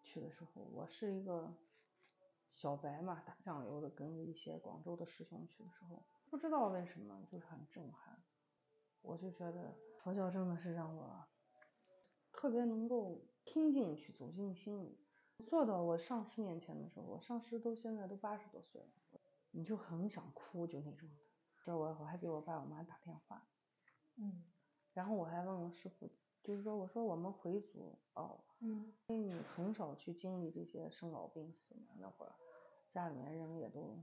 Speaker 3: 去的时候，我是一个小白嘛，打酱油的，跟着一些广州的师兄去的时候，不知道为什么就是很震撼，我就觉得佛教真的是让我特别能够听进去，走进心里。坐到我上师面前的时候，我上师都现在都八十多岁了，你就很想哭，就那种的。这我我还给我爸我妈打电话，
Speaker 2: 嗯
Speaker 3: 然后我还问我师傅，就是说我说我们回族哦，
Speaker 2: 嗯
Speaker 3: 因为你很少去经历这些生老病死嘛，那会儿家里面人也都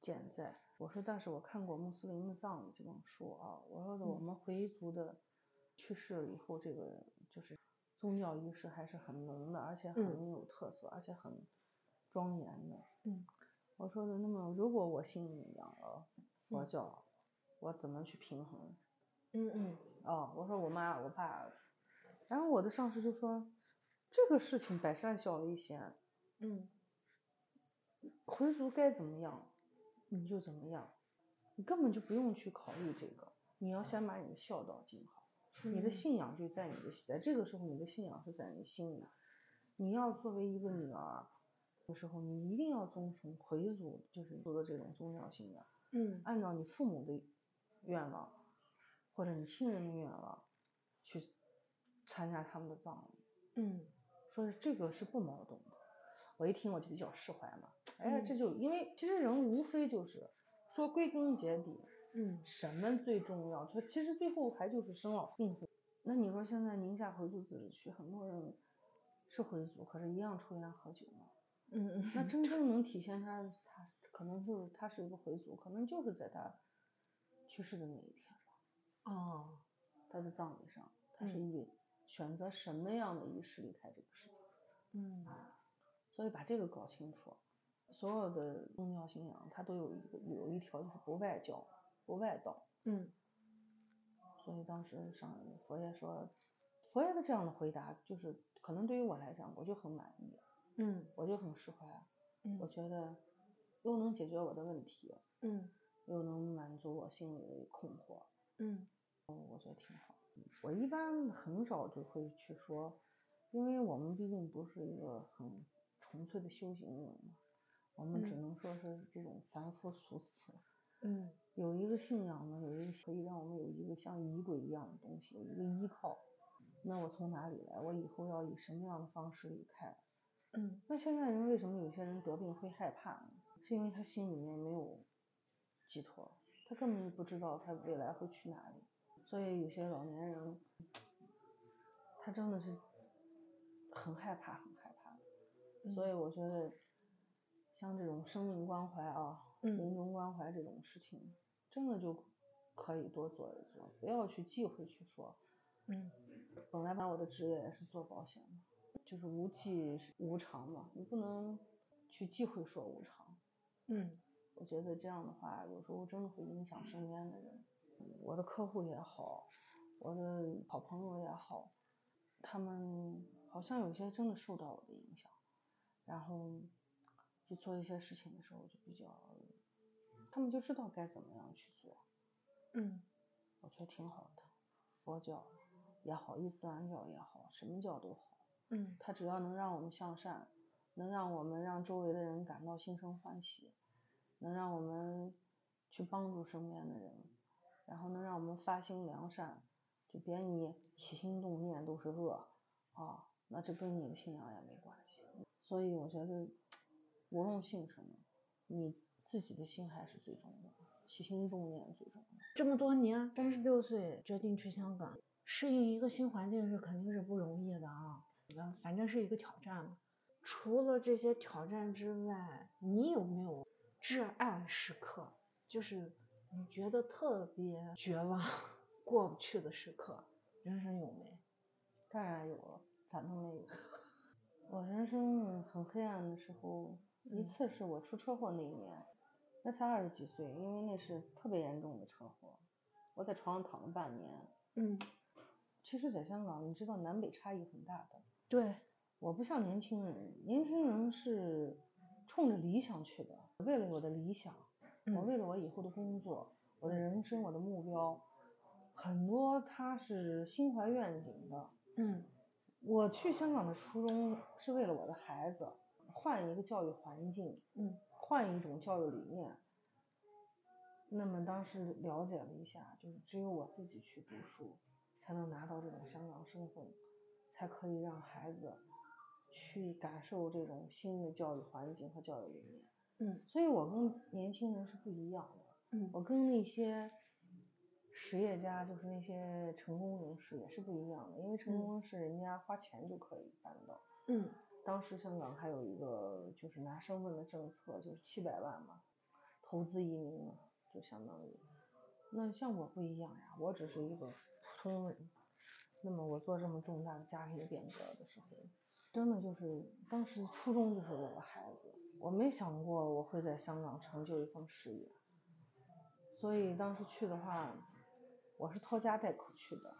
Speaker 3: 健在。我说，但是我看过穆斯林的葬礼这本书啊，我说的我
Speaker 2: 嗯
Speaker 3: 们回族的去世了以后，这个就是宗教仪式还是很浓的，而且很
Speaker 2: 嗯
Speaker 3: 有特色，而且很庄严的。
Speaker 2: 嗯，
Speaker 3: 我说的，那么如果我信仰了佛
Speaker 2: 嗯
Speaker 3: 教，我怎么去平衡？
Speaker 2: 嗯嗯
Speaker 3: 哦，我说我妈我爸，然后我的上司就说，这个事情百善孝为先，
Speaker 2: 嗯
Speaker 3: 回族该怎么样你就怎么样，你根本就不用去考虑这个，你要先把你的孝道尽好，你的
Speaker 2: 嗯
Speaker 3: 信仰就在你的，在这个时候你的信仰是在你心里，你要作为一个女儿的时候，你一定要遵从回族就是族的这种宗教信仰。
Speaker 2: 嗯
Speaker 3: 按照你父母的愿望，或者你亲人的愿望去参加他们的葬礼，
Speaker 2: 嗯
Speaker 3: 说是这个是不矛盾的。我一听我就比较释怀嘛，哎呀，
Speaker 2: 嗯
Speaker 3: 这就因为其实人无非就是说归根结底
Speaker 2: 嗯
Speaker 3: 什么最重要，就其实最后还就是生老病死。那你说现在宁夏回族自治区很多人是回族，可是一样抽烟喝酒嘛，
Speaker 2: 嗯
Speaker 3: 那真正能体现他，他可能就是他是一个回族，可能就是在他去世的那一天，
Speaker 2: 哦
Speaker 3: 他的葬礼上，他是
Speaker 2: 嗯
Speaker 3: 以选择什么样的仪式离开这个世界，
Speaker 2: 嗯
Speaker 3: 所以把这个搞清楚。所有的宗教信仰，它都有一个有一条就是不外教、不外道，
Speaker 2: 嗯
Speaker 3: 所以当时上佛爷说，佛爷的这样的回答，就是可能对于我来讲，我就很满意，
Speaker 2: 嗯
Speaker 3: 我就很释怀，啊
Speaker 2: 嗯
Speaker 3: 我觉得又能解决我的问题，
Speaker 2: 嗯
Speaker 3: 又能满足我心里的困惑，
Speaker 2: 嗯
Speaker 3: 我觉得挺好。我一般很少就会去说，因为我们毕竟不是一个很纯粹的修行人嘛，我们只
Speaker 2: 嗯
Speaker 3: 能说是这种凡夫俗子。
Speaker 2: 嗯
Speaker 3: 有一个信仰呢，有一个可以让我们有一个像仪轨一样的东西，有一个依靠。那我从哪里来？我以后要以什么样的方式离开？
Speaker 2: 嗯
Speaker 3: 那现在人为什么有些人得病会害怕呢？是因为他心里面没有寄托，他根本就不知道他未来会去哪里。所以有些老年人，他真的是很害怕，很害怕的。
Speaker 2: 嗯
Speaker 3: 所以我觉得，像这种生命关怀啊、临
Speaker 2: 嗯
Speaker 3: 终关怀这种事情，真的就可以多做一做，不要去忌讳去说。
Speaker 2: 嗯
Speaker 3: 本来吧，我的职业也是做保险的，就是无忌是无常嘛，你不能去忌讳说无常。
Speaker 2: 嗯
Speaker 3: 我觉得这样的话，有时候真的会影响身边的人。我的客户也好，我的好朋友也好，他们好像有些真的受到我的影响，然后去做一些事情的时候就比较，他们就知道该怎么样去做。
Speaker 2: 嗯
Speaker 3: 我觉得挺好的，佛教也好，伊斯兰教也好，什么教都好，
Speaker 2: 嗯
Speaker 3: 它只要能让我们向善，能让我们让周围的人感到心生欢喜，能让我们去帮助身边的人，然后能让我们发心良善，就别你起心动念都是恶啊，那这跟你的信仰也没关系。所以我觉得，无论信什么，你自己的心还是最重要的，起心动念最重要。
Speaker 2: 这么多年，三十六岁决定去香港，适应一个新环境是肯定是不容易的啊。那反正是一个挑战嘛。除了这些挑战之外，你有没有至暗时刻？就是你觉得特别绝望、过不去的时刻，人生有没？
Speaker 3: 当然有了，咋能没有？我人生很黑暗的时候，一
Speaker 2: 嗯
Speaker 3: 次是我出车祸那一年，那才二十几岁，因为那是特别严重的车祸，我在床上躺了半年。
Speaker 2: 嗯，
Speaker 3: 其实，在香港，你知道南北差异很大的。
Speaker 2: 对，
Speaker 3: 我不像年轻人，年轻人是冲着理想去的，为了我的理想，
Speaker 2: 嗯
Speaker 3: 我为了我以后的工作、我的人生、我的目标，很多他是心怀愿景的。
Speaker 2: 嗯
Speaker 3: 我去香港的初衷是为了我的孩子，换一个教育环境，
Speaker 2: 嗯
Speaker 3: 换一种教育理念。那么当时了解了一下，就是只有我自己去读书，才能拿到这种香港身份，才可以让孩子去感受这种新的教育环境和教育理念。
Speaker 2: 嗯
Speaker 3: 所以我跟年轻人是不一样的，
Speaker 2: 嗯
Speaker 3: 我跟那些实业家，就是那些成功人士也是不一样的，因为成功人士人家花钱就可以办得到。
Speaker 2: 嗯
Speaker 3: 当时香港还有一个就是拿身份的政策，就是七百万嘛，投资移民嘛，就相当于。那像我不一样呀，我只是一个普通人。那么我做这么重大的家庭变革的时候，真的就是当时初衷就是为了孩子，我没想过我会在香港成就一份事业。所以当时去的话，我是拖家带口去的，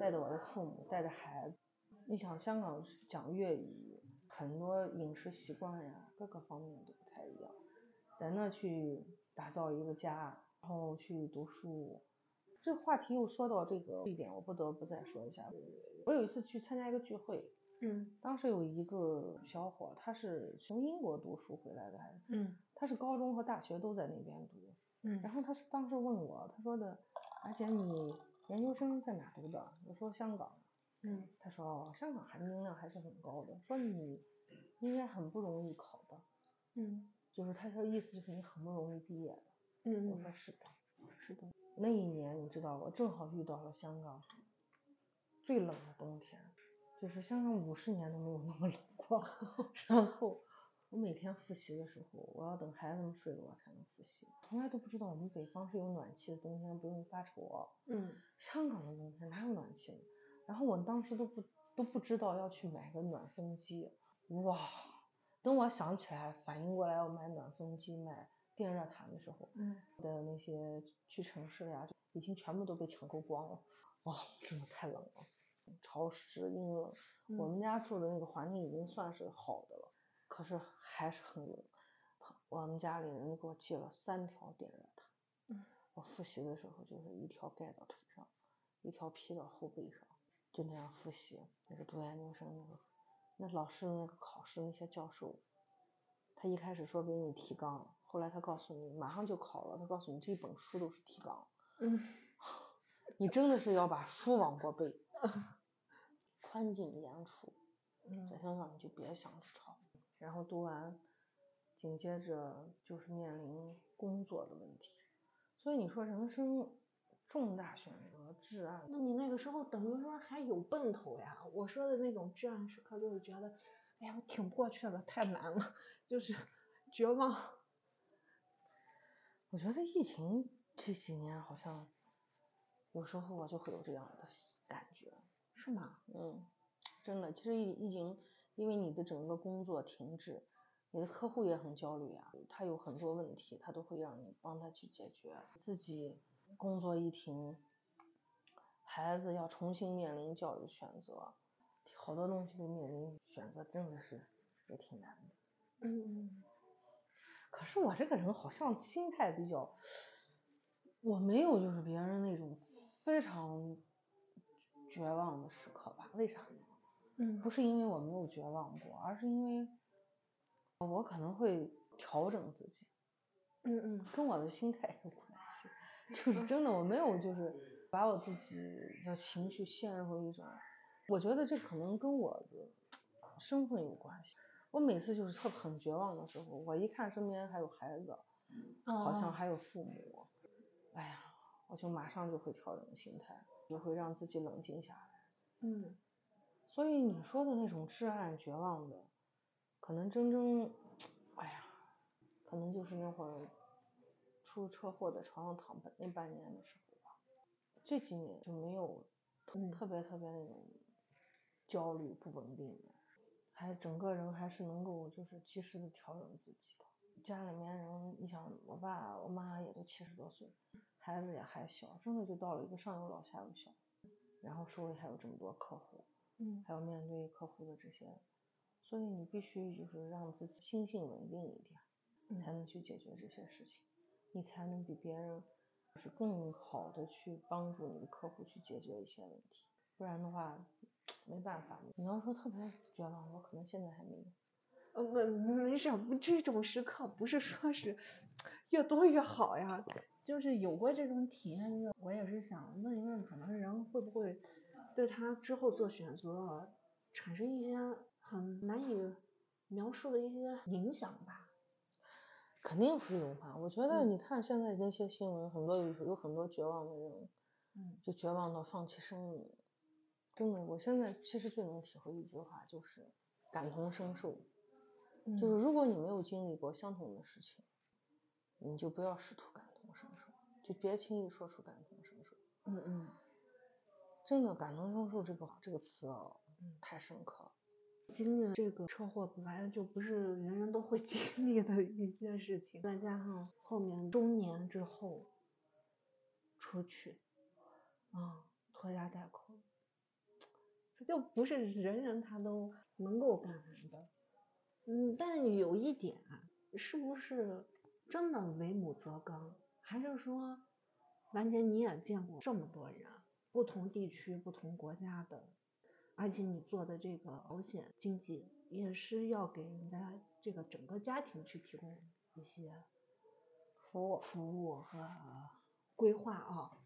Speaker 3: 带着我的父母，带着孩子。你想，香港是讲粤语，很多饮食习惯呀，各个方面都不太一样。在那去打造一个家，然后去读书。这话题又说到这个地点，我不得不再说一下。我有一次去参加一个聚会，
Speaker 2: 嗯
Speaker 3: 当时有一个小伙儿，他是从英国读书回来的，还是
Speaker 2: 嗯
Speaker 3: 他是高中和大学都在那边读。然
Speaker 2: 嗯
Speaker 3: 后他是当时问我，他说的，而且你研究生在哪读的？我说香港。
Speaker 2: 嗯
Speaker 3: 他说哦，香港含金量还是很高的，说你应该很不容易考的，
Speaker 2: 嗯
Speaker 3: 就是他说意思就是你很不容易毕业的。我
Speaker 2: 嗯
Speaker 3: 说是的，是的。那一年你知道，我正好遇到了香港最冷的冬天，就是香港五十年都没有那么冷 [LAUGHS] 过。然后我每天复习的时候，我要等孩子们睡了我才能复习，从来都不知道我们北方是有暖气的，冬天不用发愁啊。
Speaker 2: 嗯
Speaker 3: 香港的冬天哪有暖气呢？然后我当时都不都不知道要去买个暖风机，哇！等我想起来反应过来要买暖风机、买电热毯的时候，
Speaker 2: 嗯
Speaker 3: 的那些去城市呀，已经全部都被抢购光了。哇、真的太冷了，潮湿阴冷。我
Speaker 2: 嗯
Speaker 3: 们家住的那个环境已经算是好的了，可是还是很冷。我们家里人给我寄了三条电热毯。
Speaker 2: 嗯
Speaker 3: 我复习的时候就是一条盖到腿上，一条披到后背上，就那样复习。那个读研究生那个，那老师的那个考试那些教授，他一开始说给你提纲，后来他告诉你马上就考了，他告诉你这本书都是提纲，
Speaker 2: 嗯
Speaker 3: 你真的是要把书往过背，宽进严出。在
Speaker 2: 嗯
Speaker 3: 香港你就别想着抄。然后读完，紧接着就是面临工作的问题。所以你说人生重大选择，至暗
Speaker 2: 那你那个时候等于说还有奔头呀？我说的那种至暗时刻，就是觉得，哎呀，我挺不过去了，太难了， [LAUGHS] 就是绝望。
Speaker 3: 我觉得疫情这几年好像，有时候我就会有这样的感觉。
Speaker 2: 是吗？
Speaker 3: 嗯，真的，其实疫疫情，因为你的整个工作停滞，你的客户也很焦虑啊，他有很多问题，他都会让你帮他去解决。自己工作一停，孩子要重新面临教育选择，好多东西都面临选择，真的是也挺难的。
Speaker 2: 嗯
Speaker 3: 可是我这个人好像心态比较，我没有就是别人那种非常绝望的时刻吧？为啥呢？
Speaker 2: 嗯
Speaker 3: 不是因为我没有绝望过，而是因为我可能会调整自己，
Speaker 2: 嗯嗯
Speaker 3: 跟我的心态有关系。就是真的，我没有就是把我自己的情绪陷入一种，我觉得这可能跟我的身份有关系。我每次就是特很绝望的时候，我一看身边还有孩子，
Speaker 2: 嗯
Speaker 3: 好
Speaker 2: 哦
Speaker 3: 像还有父母，哎呀，我就马上就会调整心态，就会让自己冷静下来。
Speaker 2: 嗯
Speaker 3: 所以你说的那种至暗绝望的，可能真正，哎呀，可能就是那会儿出车祸在床上躺半那半年的时候吧。这几年就没有特、
Speaker 2: 嗯
Speaker 3: 特别特别那种焦虑不稳定的，还整个人还是能够就是及时的调整自己的。家里面人，你想我爸我妈也都七十多岁，孩子也还小，真的就到了一个上有老下有小，然后手里还有这么多客户，
Speaker 2: 嗯
Speaker 3: 还要面对客户的这些，所以你必须就是让自己心性稳定一点，才能去解决这些事情，你才能比别人就是更好的去帮助你的客户去解决一些问题，不然的话没办法。你要说特别绝望，我可能现在还没有。
Speaker 2: 呃，没没事儿，不这种时刻不是说是越多越好呀，就是有过这种体验就，我也是想问一问，可能人会不会对他之后做选择啊产生一些很难以描述的一些影响吧？
Speaker 3: 肯定是有吧。我觉得
Speaker 2: 嗯
Speaker 3: 你看现在那些新闻，很多有有很多绝望的人，
Speaker 2: 嗯
Speaker 3: 就绝望到放弃生命。真的，我现在其实最能体会一句话，就是感同身受。
Speaker 2: 嗯
Speaker 3: 就是如果你没有经历过相同的事情，你就不要试图感同身受，就别轻易说出感同身受。
Speaker 2: 嗯嗯，
Speaker 3: 真的，感同身受这个这个词啊，太深刻了。
Speaker 2: 经历了这个车祸本来就不是人人都会 [LAUGHS] 经历的一些事情，再加上后面中年之后出去，啊，拖家带口，这就不是人人他都能够干完的。嗯，但有一点，是不是真的为母则刚？还是说，兰姐你也见过这么多人，不同地区、不同国家的，而且你做的这个保险经济也是要给人家这个整个家庭去提供一些
Speaker 3: 服务，
Speaker 2: 服务和规划啊。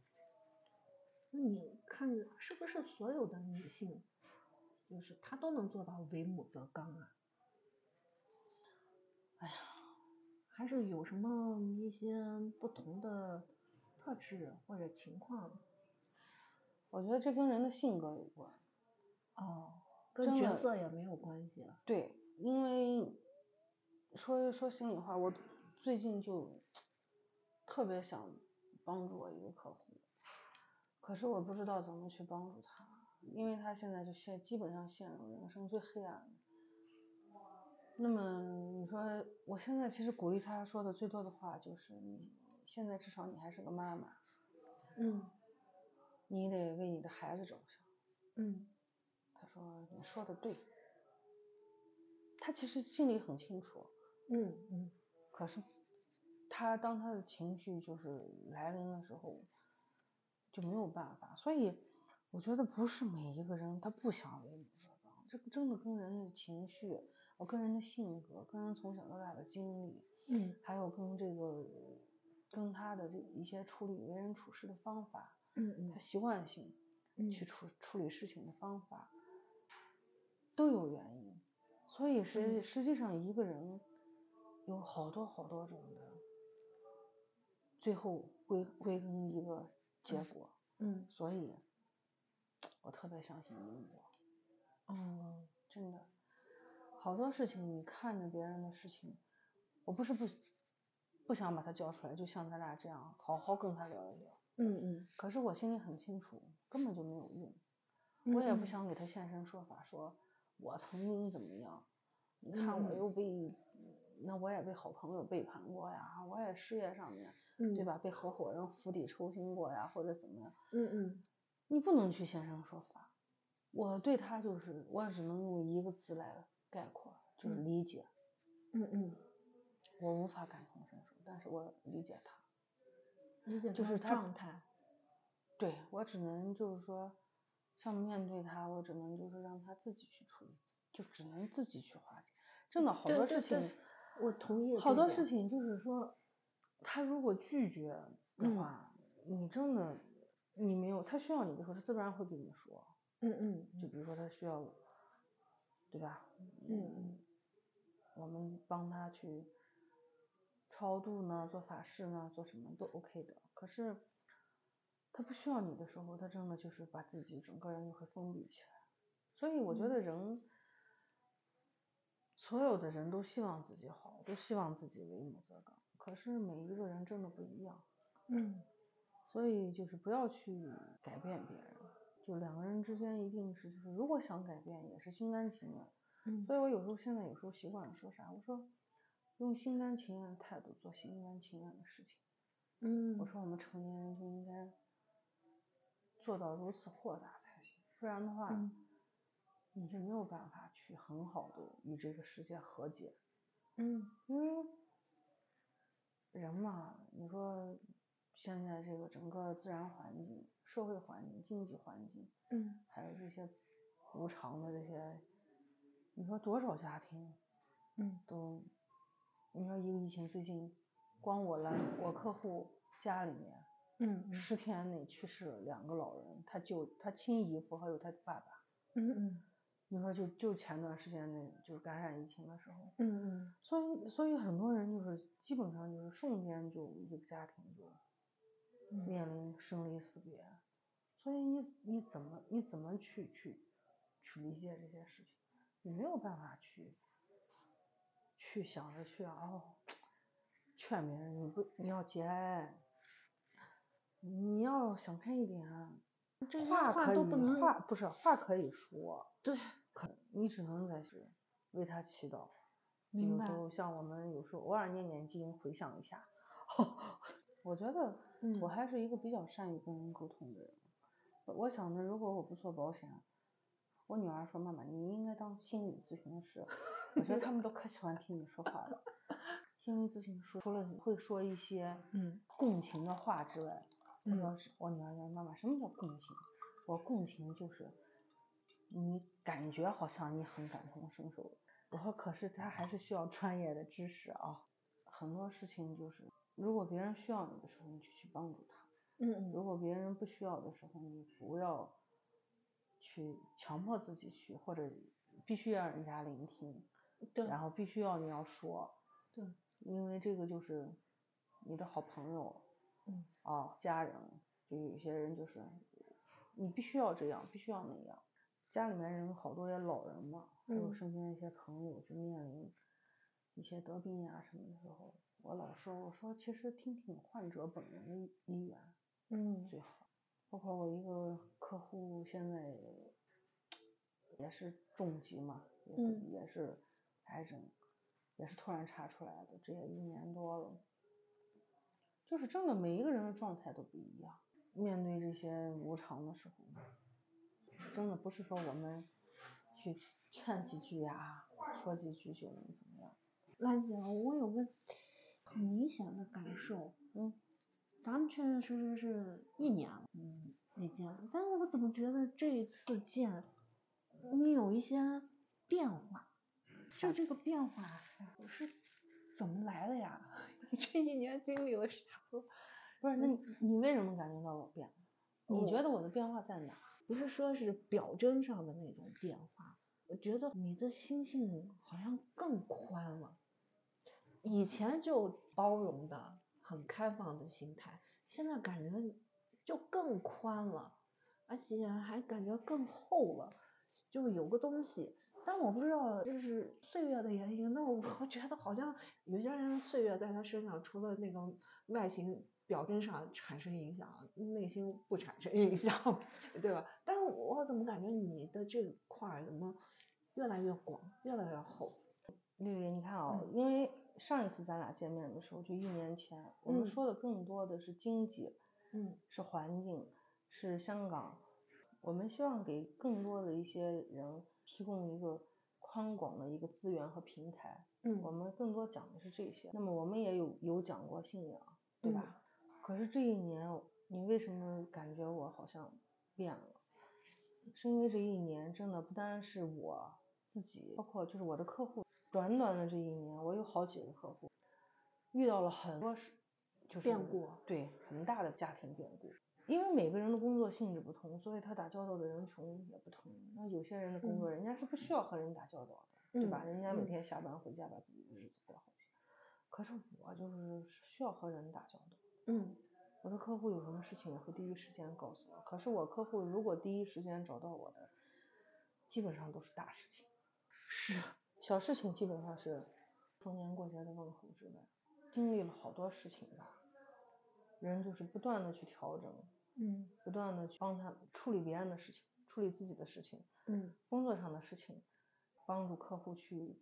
Speaker 2: 那你看，是不是所有的女性，就是她都能做到为母则刚啊？
Speaker 3: 哎呀，
Speaker 2: 还是有什么一些不同的特质或者情况
Speaker 3: 我觉得这跟人的性格有关。
Speaker 2: 哦，跟
Speaker 3: 真
Speaker 2: 角
Speaker 3: 的
Speaker 2: 色也没有关系啊。
Speaker 3: 对，因为说说心里话，我最近就特别想帮助我一个客户，可是我不知道怎么去帮助他，因为他现在就陷基本上陷入人生最黑暗的。那么你说，我现在其实鼓励他说的最多的话就是，你现在至少你还是个妈妈，
Speaker 2: 嗯
Speaker 3: 你得为你的孩子着想。
Speaker 2: 嗯
Speaker 3: 他说你说的对，他其实心里很清楚，
Speaker 2: 嗯嗯
Speaker 3: 可是他当他的情绪就是来临的时候，就没有办法。所以我觉得不是每一个人他不想为母则刚，这个真的跟人的情绪，我跟人的性格，跟人从小到大的经历，
Speaker 2: 嗯
Speaker 3: 还有跟这个跟他的这一些处理为人处事的方法，
Speaker 2: 嗯
Speaker 3: 他习惯性
Speaker 2: 嗯
Speaker 3: 去处处理事情的方法，都有原因。所以实际、
Speaker 2: 嗯
Speaker 3: 实际上一个人有好多好多种的，最后归归根一个结
Speaker 2: 嗯
Speaker 3: 果。
Speaker 2: 嗯
Speaker 3: 所以，我特别相信因果，
Speaker 2: 哦
Speaker 3: 真的，好多事情你看着别人的事情，我不是不不想把他叫出来，就像咱俩这样好好跟他聊一聊。
Speaker 2: 嗯
Speaker 3: 可是我心里很清楚，根本就没有用。
Speaker 2: 嗯，
Speaker 3: 我也不
Speaker 2: 嗯
Speaker 3: 想给他现身说法，说我曾经怎么样，你看我
Speaker 2: 嗯
Speaker 3: 又被，那我也被好朋友背叛过呀，我也事业上面，
Speaker 2: 嗯
Speaker 3: 对？吧，被合伙人釜底抽薪过呀，或者怎么样，
Speaker 2: 嗯嗯
Speaker 3: 你不能去现身说法。我对他就是，我只能用一个词来概括，就是
Speaker 2: 嗯
Speaker 3: 理解。
Speaker 2: 嗯嗯，
Speaker 3: 我无法感同身受，但是我理解他。
Speaker 2: 理解
Speaker 3: 就
Speaker 2: 他
Speaker 3: 是
Speaker 2: 的
Speaker 3: 他
Speaker 2: 状态。
Speaker 3: 对我只能就是说，像面对他，我只能就是让他自己去处理，就只能自己去化解。真的好
Speaker 2: 对
Speaker 3: 多
Speaker 2: 对
Speaker 3: 事情
Speaker 2: 对，我同意
Speaker 3: 好
Speaker 2: 这
Speaker 3: 多
Speaker 2: 点
Speaker 3: 事情就是说，他如果拒绝的
Speaker 2: 嗯
Speaker 3: 话，你真的你没有他需要你的时候，他自然会跟你说。
Speaker 2: 嗯嗯
Speaker 3: 就比如说他需要，对吧？
Speaker 2: 嗯嗯
Speaker 3: 我们帮他去超度呢，做法事呢，做什么都 OK 的。可是他不需要你的时候，他真的就是把自己整个人就会封闭起来。所以我觉
Speaker 2: 嗯
Speaker 3: 得人，所有的人都希望自己好，都希望自己为母则刚。可是每一个人真的不一样，
Speaker 2: 嗯
Speaker 3: 所以就是不要去改变别人。就两个人之间一定是，就是如果想改变，也是心甘情愿。
Speaker 2: 嗯
Speaker 3: 所以我有时候现在有时候习惯说啥，我说用心甘情愿的态度做心甘情愿的事情。
Speaker 2: 嗯
Speaker 3: 我说我们成年人就应该做到如此豁达才行，不然的话，
Speaker 2: 嗯
Speaker 3: 你就没有办法去很好的与这个世界和解。
Speaker 2: 嗯
Speaker 3: 因为人嘛，你说现在这个整个自然环境、社会环境、经济环境，
Speaker 2: 嗯
Speaker 3: 还有这些无常的这些，你说多少家庭
Speaker 2: 嗯
Speaker 3: 都，你说一个疫情最近，光我来我客户家里面
Speaker 2: 嗯
Speaker 3: 十天内去世了两个老人，他舅、他亲姨父还有他爸爸。
Speaker 2: 嗯嗯
Speaker 3: 你说就就前段时间那就是感染疫情的时候，
Speaker 2: 嗯
Speaker 3: 所以，所以很多人就是基本上就是瞬间就一个家庭就
Speaker 2: 嗯
Speaker 3: 面临生离死别，所以你你怎么你怎么去去去理解这些事情？你没有办法去去想着去哦，劝别人你不你要节哀，你要想开一点，
Speaker 2: 这些
Speaker 3: 话
Speaker 2: 话
Speaker 3: 可以
Speaker 2: 都不能
Speaker 3: 话不是话可以说，
Speaker 2: 对，
Speaker 3: 可你只能在是为他祈祷。
Speaker 2: 明
Speaker 3: 有
Speaker 2: 白
Speaker 3: 时候像我们有时候偶尔念念经，回想一下。 [LAUGHS] 我觉得
Speaker 2: 嗯
Speaker 3: 我还是一个比较善于跟人沟通的人。我我想着，如果我不做保险，我女儿说：“妈妈，你应该当心理咨询师。”我觉得他们都可喜欢听你说话了。心理咨询师除了会说一些
Speaker 2: 嗯
Speaker 3: 共情的话之外，我
Speaker 2: 嗯
Speaker 3: 说是我女儿说：“妈妈，什么叫共情？我共情就是你感觉好像你很感同身受，我说可是他还是需要专业的知识啊。很多事情就是，如果别人需要你的时候，你就去帮助他；
Speaker 2: 嗯
Speaker 3: 如果别人不需要的时候，你不要去强迫自己去，或者必须要人家聆听，
Speaker 2: 嗯对
Speaker 3: 然后必须要你要说，
Speaker 2: 对，
Speaker 3: 因为这个就是你的好朋友，
Speaker 2: 嗯，
Speaker 3: 啊，家人，就有些人就是你必须要这样，必须要那样。家里面人好多也老人嘛，还有
Speaker 2: 嗯
Speaker 3: 身边一些朋友就面临一些得病呀、什么的时候，我老说我说其实听听患者本人的意意愿
Speaker 2: 嗯
Speaker 3: 最好。包括我一个客户现在也是重疾嘛，也得、
Speaker 2: 嗯
Speaker 3: 也是癌症，也是突然查出来的，这也一年多了。就是真的，每一个人的状态都不一样。面对这些无常的时候，真的不是说我们去劝几句呀、说几句就能怎么样。
Speaker 2: 兰姐，我有个很明显的感受，
Speaker 3: 嗯，
Speaker 2: 咱们确确实实是一年了，嗯，没见了，但是我怎么觉得这一次见，你有一些变化，就这个变化是怎么来的呀？ [LAUGHS] 你这一年经历了啥？
Speaker 3: 不是，那你你为什么感觉到我变了？你
Speaker 2: 嗯我
Speaker 3: 觉得我的变化在哪？
Speaker 2: 不是说是表征上的那种变化，我觉得你的心性好像更宽了。以前就包容的、很开放的心态，现在感觉就更宽了，而且还感觉更厚了，就有个东西。但我不知道，就是岁月的原因。那我我觉得好像有些人岁月在他身上，除了那个外形表征上产生影响，内心不产生影响，对吧？但是我怎么感觉你的这块儿怎么越来越广，越来越厚？
Speaker 3: 绿绿，你看啊、
Speaker 2: 嗯
Speaker 3: 因为上一次咱俩见面的时候就一年前，我
Speaker 2: 嗯
Speaker 3: 们说的更多的是经济，
Speaker 2: 嗯
Speaker 3: 是环境，是香港。我们希望给更多的一些人提供一个宽广的一个资源和平台。
Speaker 2: 嗯
Speaker 3: 我们更多讲的是这些。那么我们也有有讲过信仰，对
Speaker 2: 嗯
Speaker 3: 吧？可是这一年，你为什么感觉我好像变了？是因为这一年真的不单是我自己，包括就是我的客户，短短的这一年，我有好几个客户遇到了很多事，就是
Speaker 2: 变故
Speaker 3: 对很大的家庭变故。因为每个人的工作性质不同，所以他打交道的人群也不同。那有些人的工作，人家是不需要和人打交道的，对吧？人家每
Speaker 2: 嗯
Speaker 3: 天下班回家把自己的日子过好就行。可是我就是需要和人打交道。
Speaker 2: 嗯
Speaker 3: 我的客户有什么事情也会第一时间告诉我。可是我客户如果第一时间找到我的，基本上都是大事情，
Speaker 2: 是
Speaker 3: [LAUGHS] 小事情基本上是逢年过节的问候之外。经历了好多事情吧，人就是不断的去调整，
Speaker 2: 嗯
Speaker 3: 不断的去帮他处理别人的事情，处理自己的事情，
Speaker 2: 嗯
Speaker 3: 工作上的事情，帮助客户去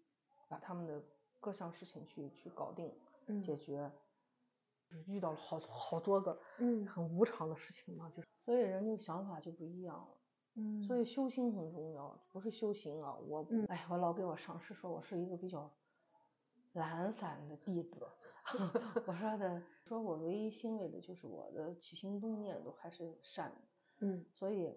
Speaker 3: 把他们的各项事情去去搞定、
Speaker 2: 嗯
Speaker 3: 解决，就是遇到了好好多个
Speaker 2: 嗯
Speaker 3: 很无常的事情嘛，就是所以人就想法就不一样了。
Speaker 2: 嗯，
Speaker 3: 所以修心很重要，不是修行啊！我不，哎，我老给我上师说我是一个比较懒散的弟子。 [LAUGHS] 我说的，说我唯一欣慰的就是我的起心动念都还是善的，
Speaker 2: 嗯
Speaker 3: 所以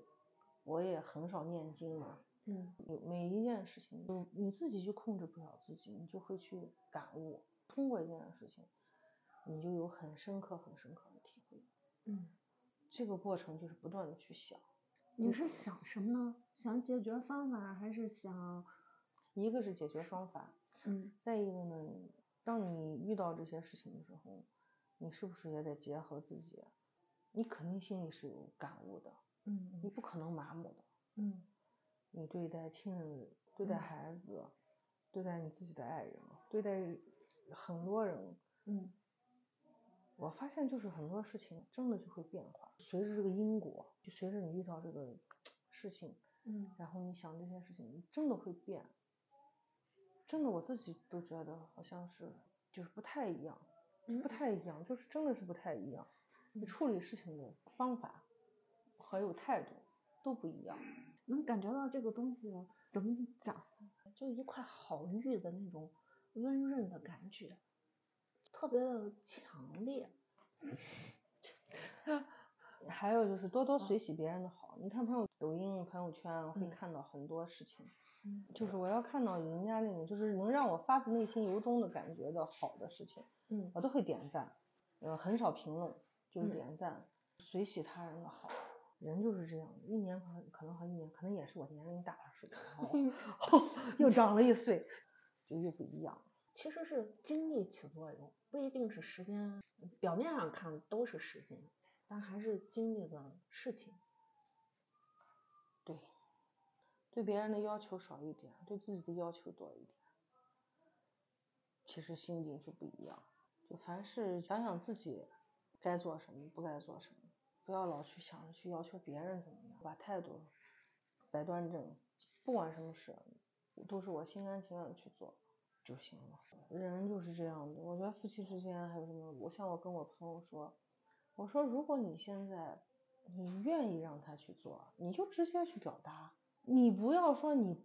Speaker 3: 我也很少念经嘛。
Speaker 2: 嗯
Speaker 3: 有每一件事情，就你自己去控制不了自己，你就会去感悟。通过一件事情，你就有很深刻、很深刻的体会。
Speaker 2: 嗯，
Speaker 3: 这个过程就是不断的去想。
Speaker 2: 你是想什么呢？想解决方法，还是想
Speaker 3: 一个是解决方法，
Speaker 2: 嗯
Speaker 3: 再一个呢，当你遇到这些事情的时候，你是不是也得结合自己？你肯定心里是有感悟的，
Speaker 2: 嗯
Speaker 3: 你不可能麻木的。
Speaker 2: 嗯
Speaker 3: 你对待亲人、对待
Speaker 2: 嗯
Speaker 3: 孩子、对待你自己的爱人、对待很多人，
Speaker 2: 嗯
Speaker 3: 我发现就是很多事情真的就会变化，随着这个因果，就随着你遇到这个事情，
Speaker 2: 嗯
Speaker 3: 然后你想这些事情，你真的会变。真的，我自己都觉得好像是就是不太一样，
Speaker 2: 嗯
Speaker 3: 不太一样，就是真的是不太一样。你
Speaker 2: 嗯
Speaker 3: 处理事情的方法还有态度都不一样，
Speaker 2: 能感觉到这个东西怎么讲，就一块好玉的那种温润的感觉，特别的强烈。
Speaker 3: 还有就是多多随喜别人的好。你看朋友抖音、朋友圈会看到很多事情，
Speaker 2: 嗯
Speaker 3: 就是我要看到人家那种就是能让我发自内心由衷的感觉的好的事情，
Speaker 2: 嗯
Speaker 3: 我都会点赞，呃，很少评论，就是
Speaker 2: 嗯
Speaker 3: 点赞，随喜他人的好。人就是这样的，一年可能可能和一年，可能也是我年龄大了似的哦， [LAUGHS] 又长了一岁，就又不一样。
Speaker 2: 其实是精力起作用，不一定是时间。表面上看都是时间，但还是经历的事情。
Speaker 3: 对，对别人的要求少一点，对自己的要求多一点，其实心境是不一样。就凡事想想自己该做什么，不该做什么，不要老去想着去要求别人怎么样，把态度摆端正，不管什么事，都是我心甘情愿的去做就行了。人就是这样的，我觉得夫妻之间还有什么，我像我跟我朋友说，我说如果你现在你愿意让他去做，你就直接去表达，你不要说你，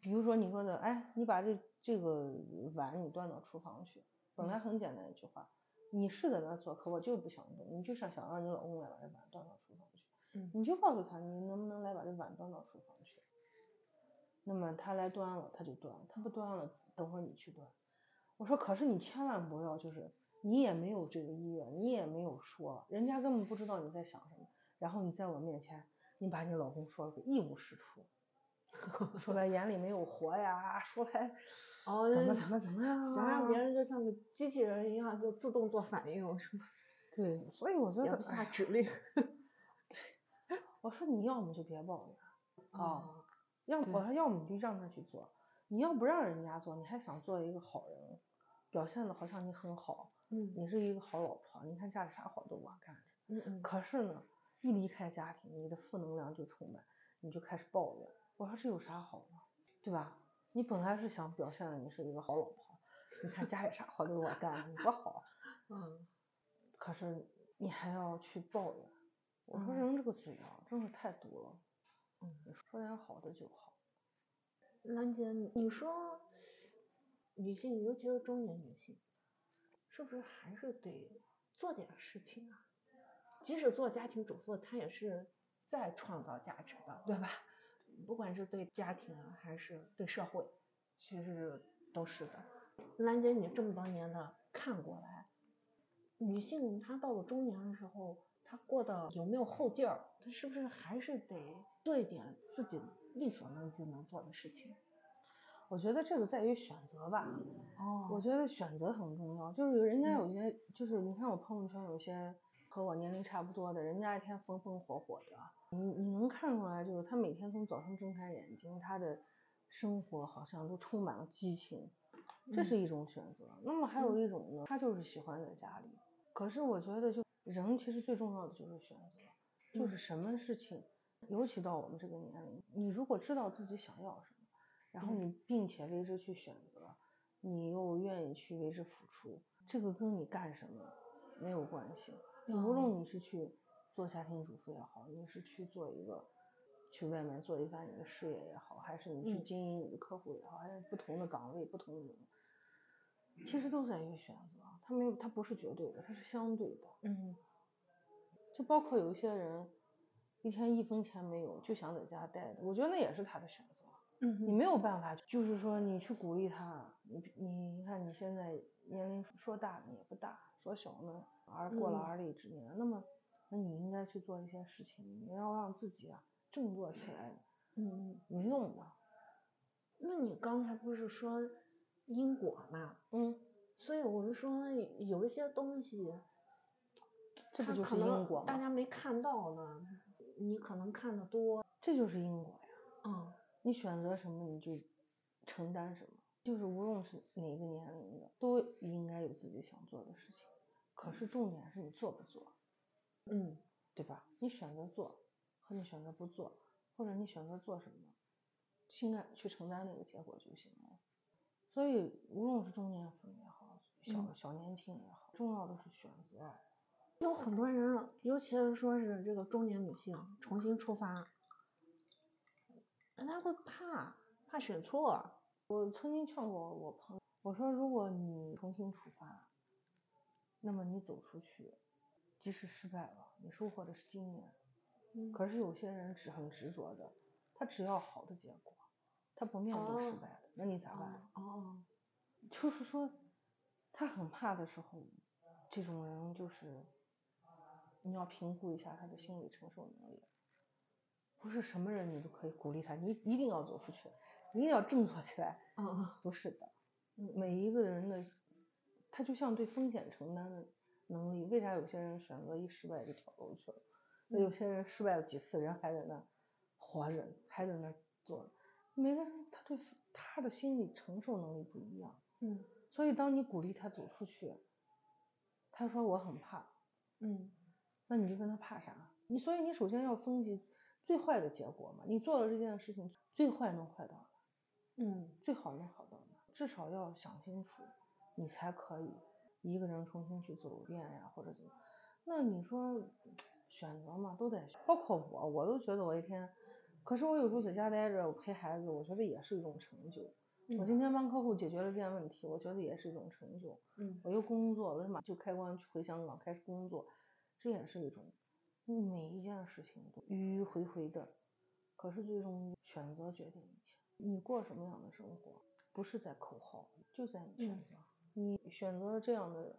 Speaker 3: 比如说你说的，哎，你把这这个碗你端到厨房去，本来很简单一句话，你是在那做，可我就不想动，你就想想让你老公来把这碗端到厨房去，
Speaker 2: 嗯
Speaker 3: 你就告诉他，你能不能来把这碗端到厨房去？那么他来端了，他就端；他不端了，等会儿你去端。我说，可是你千万不要，就是你也没有这个意愿，你也没有说，人家根本不知道你在想什么。然后你在我面前，你把你老公说的一无是处，说白眼里没有活呀，说
Speaker 2: [LAUGHS]
Speaker 3: 白
Speaker 2: 哦
Speaker 3: 怎么怎么怎么样，啊
Speaker 2: 想让别人就像个机器人一样，就自动做反应，是吗？
Speaker 3: 对，所以我觉
Speaker 2: 也
Speaker 3: 得
Speaker 2: 不
Speaker 3: 哎
Speaker 2: 下指 [LAUGHS] 令。
Speaker 3: 我说你要么就别抱怨，
Speaker 2: 哦，
Speaker 3: 要么我
Speaker 2: 对
Speaker 3: 说要么你就让他去做，你要不让人家做，你还想做一个好人，表现的好像你很好，
Speaker 2: 嗯
Speaker 3: 你是一个好老婆，你看家里啥活都我干着。
Speaker 2: 嗯嗯，
Speaker 3: 可是呢，一离开家庭，你的负能量就充满，你就开始抱怨。我说这有啥好呢？对吧？你本来是想表现的你是一个好老婆，你看家里啥活都是我干的，你多好。啊
Speaker 2: 嗯
Speaker 3: 可是你还要去抱怨。我说
Speaker 2: 嗯
Speaker 3: 人这个嘴啊，真是太毒了。
Speaker 2: 嗯，
Speaker 3: 说点好的就好。
Speaker 2: 兰姐，你说女性，尤其是中年女性，是不是还是得做点事情啊？即使做家庭主妇，她也是在创造价值的，对吧？不管是对家庭啊还是对社会，其实都是的。兰姐，你这么多年的看过来，女性她到了中年的时候，她过得有没有后劲儿？她是不是还是得做一点自己力所能及能做的事情？
Speaker 3: 我觉得这个在于选择吧，
Speaker 2: 哦
Speaker 3: 我
Speaker 2: 我
Speaker 3: 觉得选择很重要。就是有人家
Speaker 2: 嗯
Speaker 3: 有些，就是你看我朋友圈有些和我年龄差不多的，人家一天风风火火的，你你能看出来，就是他每天从早上睁开眼睛，他的生活好像都充满了激情，这
Speaker 2: 嗯
Speaker 3: 是一种选择。那么还有一种呢，他就是喜欢在家里。可是我觉得，就人其实最重要的就是选择，就是
Speaker 2: 嗯
Speaker 3: 什么事情，尤其到我们这个年龄，你如果知道自己想要什么，然后
Speaker 2: 嗯
Speaker 3: 你并且为之去选择，你又愿意去为之付出，这个跟你干什么没有关系。你
Speaker 2: 嗯
Speaker 3: 无论你是去做家庭主妇也好，你是去做一个去外面做一番你的事业也好，还是你去
Speaker 2: 嗯
Speaker 3: 经营你的客户也好，还是不同的岗位、不同的人，其实都在于选择，啊它没有，它不是绝对的，它是相对的。
Speaker 2: 嗯
Speaker 3: 就包括有一些人一天一分钱没有，就想在家待着，我觉得那也是他的选择。
Speaker 2: 嗯
Speaker 3: 你
Speaker 2: 哼
Speaker 3: 没有办法，就是说你去鼓励他，你你你看你现在年龄说大你也不大，说小呢而过了
Speaker 2: 嗯
Speaker 3: 而立之年，那么那你应该去做一些事情，你要让自己啊振作起来，
Speaker 2: 嗯嗯，
Speaker 3: 你用的，
Speaker 2: 那你刚才不是说因果嘛？
Speaker 3: 嗯，
Speaker 2: 所以我是说有一些东西，
Speaker 3: 这不
Speaker 2: 它
Speaker 3: 就
Speaker 2: 可
Speaker 3: 是因
Speaker 2: 能
Speaker 3: 果
Speaker 2: 大
Speaker 3: 吗？
Speaker 2: 家没看到呢，你可能看的多，
Speaker 3: 这就是因果呀，
Speaker 2: 嗯
Speaker 3: 你选择什么你就承担什么，就是无论是哪个年龄的，都应该有自己想做的事情，可是重点是你做不做。
Speaker 2: 嗯
Speaker 3: 对吧？你选择做和你选择不做，或者你选择做什么，情感去承担那个结果就行了。所以，无论是中年妇女也好，小、
Speaker 2: 嗯
Speaker 3: 小年轻也好，重要的是选择。
Speaker 2: 有很多人，尤其是说是这个中年女性重新出发，她会怕怕选错，
Speaker 3: 我曾经劝过我朋友，我说如果你重新出发，那么你走出去，即使失败了，你收获的是经验。
Speaker 2: 嗯
Speaker 3: 可是有些人只很执着的，他只要好的结果，他不面对失
Speaker 2: 哦
Speaker 3: 败的，那你咋办？
Speaker 2: 哦哦，
Speaker 3: 就是说，他很怕的时候，这种人就是你要评估一下他的心理承受能力，不是什么人你都可以鼓励他，你一定要走出去，你一定要振作起来，
Speaker 2: 嗯
Speaker 3: 不是的，
Speaker 2: 嗯
Speaker 3: 每一个人的他就像对风险承担的能力，为啥有些人选择一失败就跳楼去了？那有些人失败了几次，人还在那儿活着，还在那儿做着，每个人他对他的心理承受能力不一样。
Speaker 2: 嗯
Speaker 3: 所以当你鼓励他走出去，他说我很怕，
Speaker 2: 嗯
Speaker 3: 那你就问他怕啥？你所以你首先要分析最坏的结果嘛，你做了这件事情，最坏能坏到哪儿，
Speaker 2: 嗯
Speaker 3: 最好能好到哪儿，至少要想清楚，你才可以一个人重新去走一遍呀，或者怎么？那你说选择嘛，都得选包括我，我都觉得我一天，可是我有时候在家待着，我陪孩子，我觉得也是一种成就。
Speaker 2: 嗯，
Speaker 3: 我今天帮客户解决了一件问题，我觉得也是一种成就。
Speaker 2: 嗯
Speaker 3: 我又工作，我立马就开关去回香港开始工作，这也是一种，你每一件事情都迂迂回回的，可是最终选择决定一切。你过什么样的生活，不是在口号，就在你选
Speaker 2: 嗯
Speaker 3: 择。你选择了这样的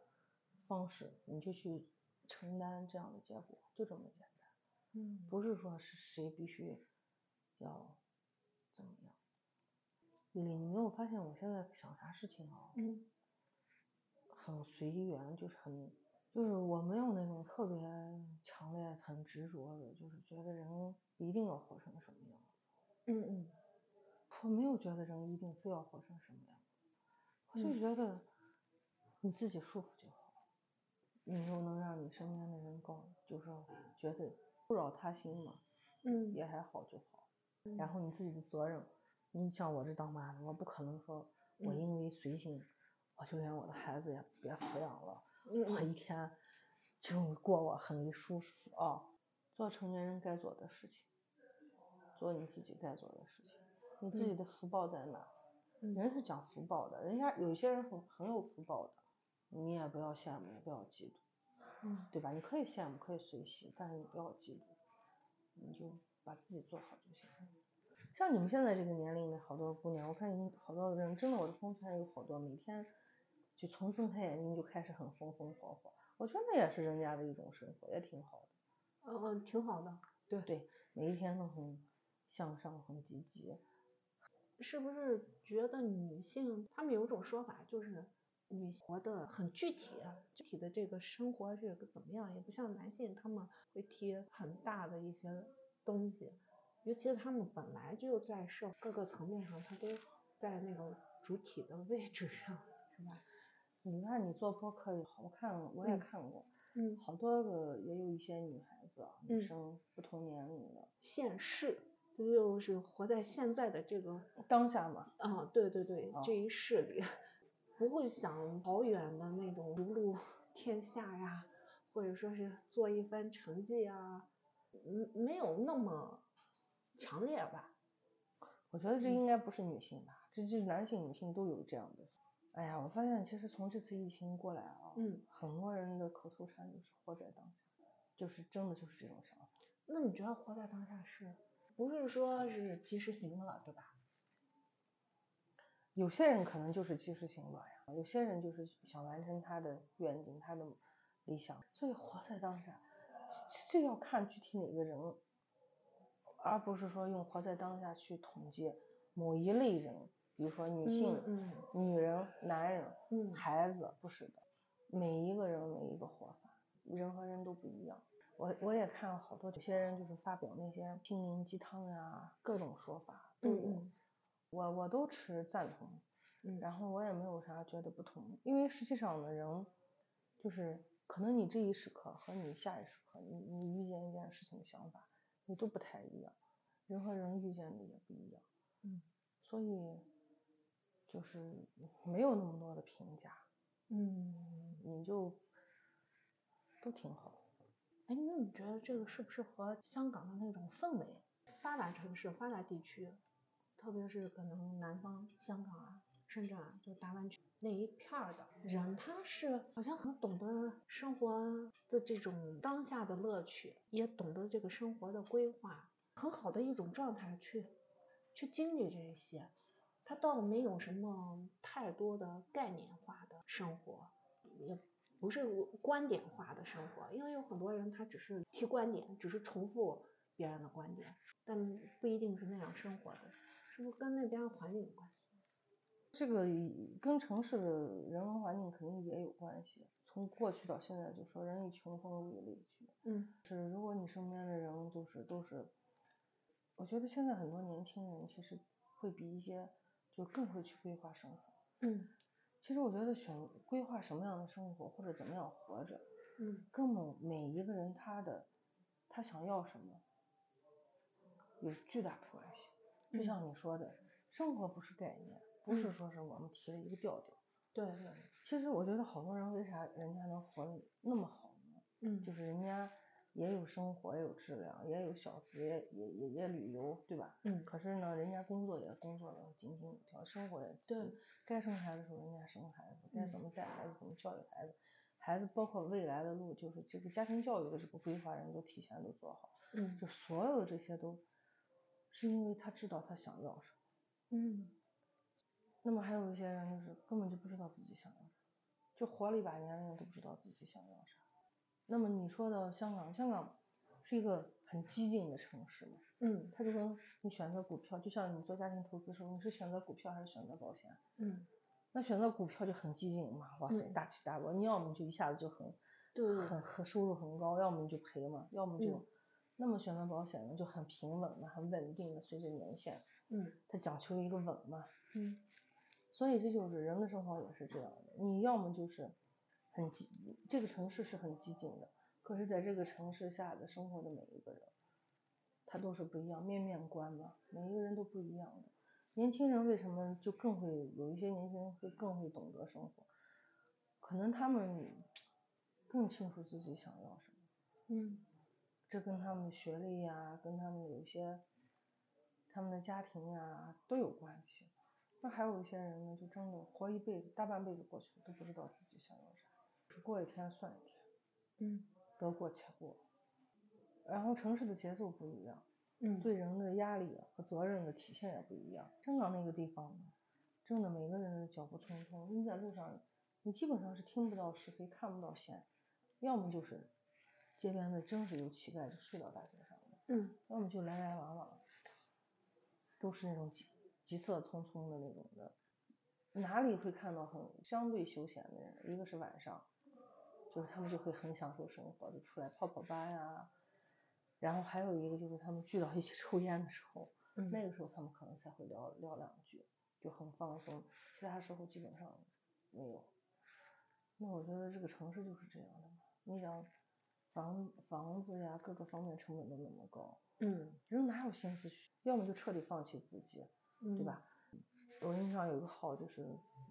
Speaker 3: 方式，你就去承担这样的结果，就这么简单。
Speaker 2: 嗯
Speaker 3: 不是说是谁必须要怎么样。李丽，你没有发现我现在想啥事情啊？
Speaker 2: 嗯
Speaker 3: 很随缘，就是很，就是我没有那种特别强烈、很执着的，就是觉得人一定要活成什么样子。
Speaker 2: 嗯嗯
Speaker 3: 我没有觉得人一定非要活成什么样子，我就
Speaker 2: 嗯
Speaker 3: 觉得你自己舒服就好，你又能让你身边的人高，就是说觉得不扰他心嘛，
Speaker 2: 嗯，
Speaker 3: 也还好就好。然后你自己的责任，你像我这当妈的，我不可能说我
Speaker 2: 嗯
Speaker 3: 因为随性，我就连我的孩子也别抚养了。
Speaker 2: 嗯
Speaker 3: 我一天就过我很舒服啊、做成年人该做的事情，做你自己该做的事情。你自己
Speaker 2: 嗯
Speaker 3: 的福报在哪？
Speaker 2: 嗯
Speaker 3: 人是讲福报的，人家有些人很很有福报的，你也不要羡慕，也不要嫉妒，
Speaker 2: 嗯
Speaker 3: 对吧？你可以羡慕，可以随喜，但是你不要嫉妒，你就把自己做好就行了。像你们现在这个年龄的好多姑娘，我看你们好多人，真的，我的朋友圈有好多每天就从睁开眼睛就开始很风风火火，我觉得那也是人家的一种生活，也挺好的。
Speaker 2: 嗯嗯，挺好的。
Speaker 3: 对对，每一天都很向上，很积极。
Speaker 2: 是不是觉得女性，她们有一种说法，就是女性活得很具体，啊具体的这个生活这个怎么样，也不像男性，他们会贴很大的一些东西，尤其是他们本来就在社会各个层面上，他都在那个主体的位置上，是吧？
Speaker 3: 你看，你做播客也好看，我也
Speaker 2: 嗯
Speaker 3: 看过，
Speaker 2: 嗯，
Speaker 3: 好多个也有一些女孩子啊，女
Speaker 2: 嗯
Speaker 3: 生不同年龄的，
Speaker 2: 现世，这就是活在现在的这个
Speaker 3: 当下嘛，
Speaker 2: 啊，对对对，
Speaker 3: 哦
Speaker 2: 这一世里，不会想好远的那种如入 [LAUGHS] 天下呀，或者说是做一番成绩啊，嗯，没有那么强烈吧。
Speaker 3: 我觉得
Speaker 2: 嗯
Speaker 3: 这应该不是女性吧，这就是男性、女性都有这样的。哎呀，我发现其实从这次疫情过来啊，
Speaker 2: 嗯，
Speaker 3: 很多人的口头禅就是活在当下，就是真的就是这种想法。
Speaker 2: 那你觉得活在当下是，不是说是及时行乐，对吧？
Speaker 3: 有些人可能就是及时行乐呀，有些人就是想完成他的愿景、他的理想，所以活在当下，这这要看具体哪个人，而不是说用活在当下去统计某一类人，比如说女性、
Speaker 2: 嗯
Speaker 3: 女人、男人、
Speaker 2: 嗯
Speaker 3: 孩子，不是的，每一个人每一个活法，人和人都不一样。我我也看了好多，有些人就是发表那些心灵鸡汤呀、各种说法都有。
Speaker 2: 嗯
Speaker 3: 我我都持赞同，
Speaker 2: 嗯
Speaker 3: 然后我也没有啥觉得不同，因为实际上的人，就是可能你这一时刻和你下一时刻，你你遇见一件事情的想法，你都不太一样，人和人遇见的也不一样，
Speaker 2: 嗯，
Speaker 3: 所以就是没有那么多的评价，
Speaker 2: 嗯，
Speaker 3: 你就都挺好。
Speaker 2: 哎，那你觉得这个是不是和香港的那种氛围，发达城市、发达地区，特别是可能南方香港啊、深圳啊，就大湾区那一片儿的人，他是好像很懂得生活的这种当下的乐趣，也懂得这个生活的规划，很好的一种状态去去经历这一些，他倒没有什么太多的概念化的生活，也不是我观点化的生活，因为有很多人他只是提观点，只是重复别人的观点，但不一定是那样生活的，是不是跟那边环境有关系？
Speaker 3: 这个以跟城市的人文环境肯定也有关系。从过去到现在，就说人以群分，物以类聚。
Speaker 2: 嗯
Speaker 3: 是如果你身边的人就是都是，我觉得现在很多年轻人其实会比一些就更会去规划生活。
Speaker 2: 嗯
Speaker 3: 其实我觉得选规划什么样的生活或者怎么样活着，
Speaker 2: 嗯
Speaker 3: 根本每一个人他的他想要什么有巨大的关系。就
Speaker 2: 嗯
Speaker 3: 像你说的，生活不是概念，不是
Speaker 2: 嗯
Speaker 3: 说是我们提的一个调调。
Speaker 2: 对对，
Speaker 3: 其实我觉得好多人为啥人家能活得那么好呢？
Speaker 2: 嗯
Speaker 3: 就是人家也有生活，也有质量，也有小资，也也也也旅游，对吧？
Speaker 2: 嗯
Speaker 3: 可是呢，人家工作也工作的井井有条，生活也
Speaker 2: 对，
Speaker 3: 该生孩子的时候人家生孩子，该怎
Speaker 2: 嗯
Speaker 3: 么带孩子，怎么教育孩子，孩子包括未来的路，就是这个家庭教育的这个规划，人都提前都做好，
Speaker 2: 嗯
Speaker 3: 就所有的这些都是因为他知道他想要什么。
Speaker 2: 嗯
Speaker 3: 那么还有一些人就是根本就不知道自己想要啥，就活了一把年了都不知道自己想要啥。那么你说的香港，香港是一个很激进的城市嘛？
Speaker 2: 嗯
Speaker 3: 它就跟你选择股票，就像你做家庭投资的时候，你是选择股票还是选择保险？
Speaker 2: 嗯，
Speaker 3: 那选择股票就很激进嘛，哇塞，
Speaker 2: 嗯
Speaker 3: 大起大落。你要么就一下子就很
Speaker 2: 对对
Speaker 3: 很很收入很高，要么你就赔嘛，要么就、
Speaker 2: 嗯
Speaker 3: 那么选择保险呢就很平稳嘛，很稳定的随着年限，
Speaker 2: 嗯
Speaker 3: 它讲求一个稳嘛。
Speaker 2: 嗯
Speaker 3: 所以这就是人的生活也是这样的，你要么就是很激，这个城市是很激进的，可是在这个城市下的生活的每一个人，他都是不一样，面面观嘛，每一个人都不一样的。年轻人为什么就更会有一些年轻人会更会懂得生活？可能他们更清楚自己想要什么，
Speaker 2: 嗯
Speaker 3: 这跟他们的学历呀、跟他们有一些他们的家庭呀、都有关系。那还有一些人呢，就真的活一辈子，大半辈子过去了都不知道自己想要啥，只过一天算一天，
Speaker 2: 嗯
Speaker 3: 得过且过。然后城市的节奏不一样，
Speaker 2: 嗯
Speaker 3: 对人的压力和责任的体现也不一样。香港那个地方呢，真的每个人的脚步匆匆，你在路上，你基本上是听不到是非，看不到线，要么就是街边的真是有乞丐就睡到大街上了，
Speaker 2: 嗯
Speaker 3: 要么就来来往往，都是那种急急色匆匆的那种的，哪里会看到很相对休闲的人？一个是晚上，就是他们就会很享受生活，就出来泡泡吧呀。然后还有一个就是他们聚到一起抽烟的时候，
Speaker 2: 嗯
Speaker 3: 那个时候他们可能才会聊聊两句，就很放松，其他时候基本上没有。那我觉得这个城市就是这样的嘛，你想房房子呀各个方面成本都那么高，
Speaker 2: 嗯
Speaker 3: 人哪有心思去？要么就彻底放弃自己，
Speaker 2: 嗯
Speaker 3: 对吧？我印象有一个号就是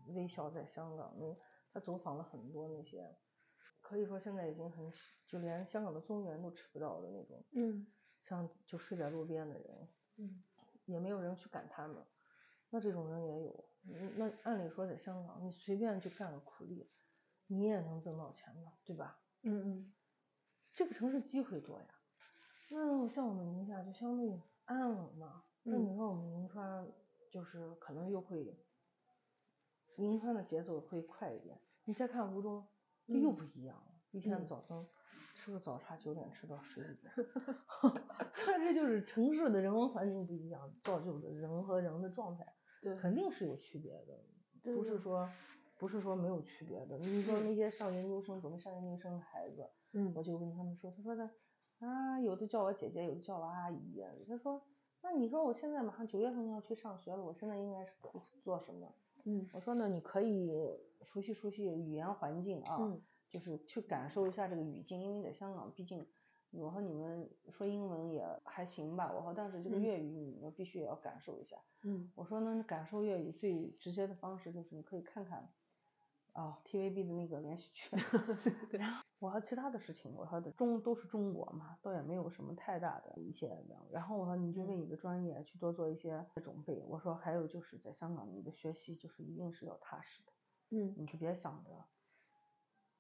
Speaker 3: 微笑在香港，嗯，他走访了很多那些，可以说现在已经很少就连香港的中原都吃不到的那种，
Speaker 2: 嗯
Speaker 3: 像就睡在路边的人，
Speaker 2: 嗯
Speaker 3: 也没有人去赶他们。那这种人也有，嗯那按理说在香港，你随便去干个苦力，你也能挣到钱的，对吧？
Speaker 2: 嗯
Speaker 3: 这个城市机会多呀。那像我们宁夏就相对安稳嘛，那
Speaker 2: 嗯
Speaker 3: 你说我们银川就是可能又会，银川的节奏会快一点。你再看吴中，就又
Speaker 2: 嗯
Speaker 3: 不一样了，一天
Speaker 2: 嗯
Speaker 3: 早晨吃个早茶，九点吃到十一
Speaker 2: [LAUGHS]
Speaker 3: 点，所以这就是城市的人文环境不一样，造就的人和人的状态
Speaker 2: 对
Speaker 3: 肯定是有区别的，
Speaker 2: 对
Speaker 3: 不
Speaker 2: 对
Speaker 3: 是说。不是说没有区别的，你说那些上研究生、准备上研究生的孩子，
Speaker 2: 嗯
Speaker 3: 我就跟他们说，他说的啊，有的叫我姐姐，有的叫我阿姨。啊他说，那你说我现在马上九月份要去上学了，我现在应该是可以做什么？
Speaker 2: 嗯
Speaker 3: 我说呢，你可以熟悉熟悉语言环境啊，
Speaker 2: 嗯
Speaker 3: 就是去感受一下这个语境，因为在香港，毕竟我和你们说英文也还行吧，我和但是这个
Speaker 2: 嗯
Speaker 3: 粤语你们必须也要感受一下。
Speaker 2: 嗯
Speaker 3: 我说呢，感受粤语最直接的方式就是你可以看看，啊、t v b 的那个连续剧。然后我和其他的事情，我说的中都是中国嘛，倒也没有什么太大的一些聊。然后我说你就为你的专业去多做一些准备。我说还有就是在香港，你的学习就是一定是要踏实的，
Speaker 2: 嗯
Speaker 3: 你就别想着